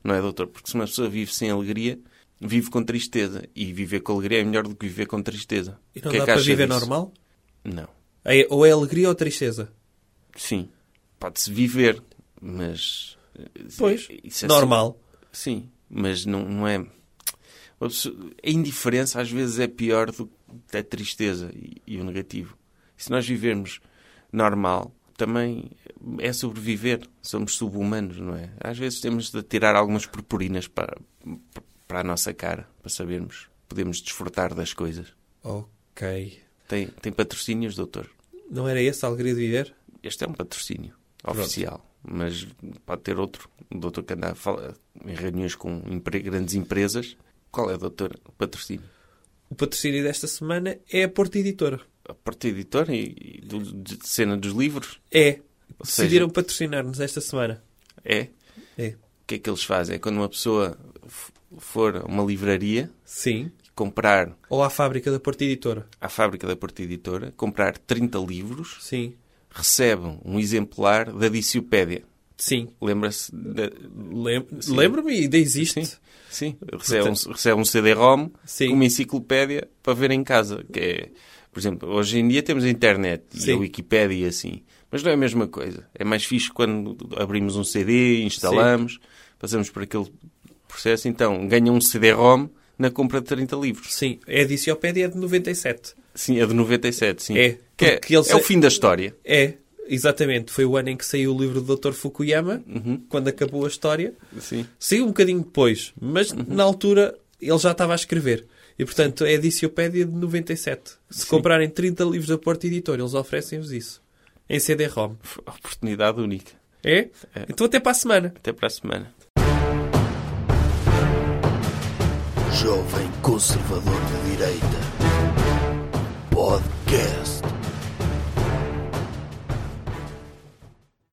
[SPEAKER 1] não é, doutor? Porque se uma pessoa vive sem alegria, vive com tristeza. E viver com alegria é melhor do que viver com tristeza.
[SPEAKER 2] E
[SPEAKER 1] O
[SPEAKER 2] não
[SPEAKER 1] que é
[SPEAKER 2] dá
[SPEAKER 1] que
[SPEAKER 2] para
[SPEAKER 1] acha
[SPEAKER 2] viver
[SPEAKER 1] disso?
[SPEAKER 2] normal?
[SPEAKER 1] Não.
[SPEAKER 2] É- ou é alegria ou tristeza?
[SPEAKER 1] Sim. Pode-se viver, mas. eh,
[SPEAKER 2] Pois.
[SPEAKER 1] isso é
[SPEAKER 2] Normal.
[SPEAKER 1] Sim, mas não, não é. Uma pessoa- A indiferença às vezes é pior do que a tristeza e, e o negativo. E se nós vivermos normal, também é sobreviver. Somos subhumanos, não é? Às vezes temos de tirar algumas purpurinas para, para a nossa cara, para sabermos. Podemos desfrutar das coisas.
[SPEAKER 2] Ok. Ok.
[SPEAKER 1] Tem, tem patrocínios, doutor.
[SPEAKER 2] Não era esse a alegria de viver?
[SPEAKER 1] Este é um patrocínio oficial, mas pode ter outro. O doutor que anda a falar em reuniões com empre- grandes empresas. Qual é, doutor, o patrocínio?
[SPEAKER 2] O patrocínio desta semana é a Porta Editora.
[SPEAKER 1] A parte editora e, e do- de cena dos livros?
[SPEAKER 2] É.
[SPEAKER 1] Ou seja-
[SPEAKER 2] Decidiram patrocinar-nos esta semana.
[SPEAKER 1] É?
[SPEAKER 2] É.
[SPEAKER 1] O que é que eles fazem? É quando uma pessoa f- for a uma livraria
[SPEAKER 2] Sim.
[SPEAKER 1] comprar
[SPEAKER 2] Ou à fábrica da Porta Editora.
[SPEAKER 1] à fábrica da Porta Editora, comprar 30 livros,
[SPEAKER 2] Sim.
[SPEAKER 1] recebe um exemplar da Diciopédia.
[SPEAKER 2] Sim.
[SPEAKER 1] Lembra-se da...
[SPEAKER 2] Lem-
[SPEAKER 1] Sim.
[SPEAKER 2] Lembro-me, ainda existe.
[SPEAKER 1] Sim, sim. Recebe, um, recebe um CD-ROM
[SPEAKER 2] Sim.
[SPEAKER 1] com uma enciclopédia para ver em casa. Que é, por exemplo, hoje em dia temos a internet e
[SPEAKER 2] Sim.
[SPEAKER 1] a Wikipédia e assim. Mas não é a mesma coisa. É mais fixe quando abrimos um CD, instalamos, passamos por aquele processo. Então, ganha um CD-ROM na compra de 30 livros.
[SPEAKER 2] Sim. É a Diciopédia de 97.
[SPEAKER 1] Sim, é de 97, sim.
[SPEAKER 2] É,
[SPEAKER 1] Que é,
[SPEAKER 2] porque eles-
[SPEAKER 1] é o fim da história.
[SPEAKER 2] É. Exatamente. Foi o ano em que saiu o livro do Dr. Fukuyama.
[SPEAKER 1] Uhum.
[SPEAKER 2] Quando acabou a história.
[SPEAKER 1] Sim.
[SPEAKER 2] Saiu um bocadinho depois. Mas, na altura, ele já estava a escrever. E, portanto, é a Diciopédia de 97. Se comprarem 30 livros da Porta Editora, eles oferecem-vos isso. Em CD-ROM.
[SPEAKER 1] F- Oportunidade única.
[SPEAKER 2] É?
[SPEAKER 1] É.
[SPEAKER 2] Então até para a semana.
[SPEAKER 1] Até para a semana.
[SPEAKER 3] Jovem Conservador de Direita. Podcast.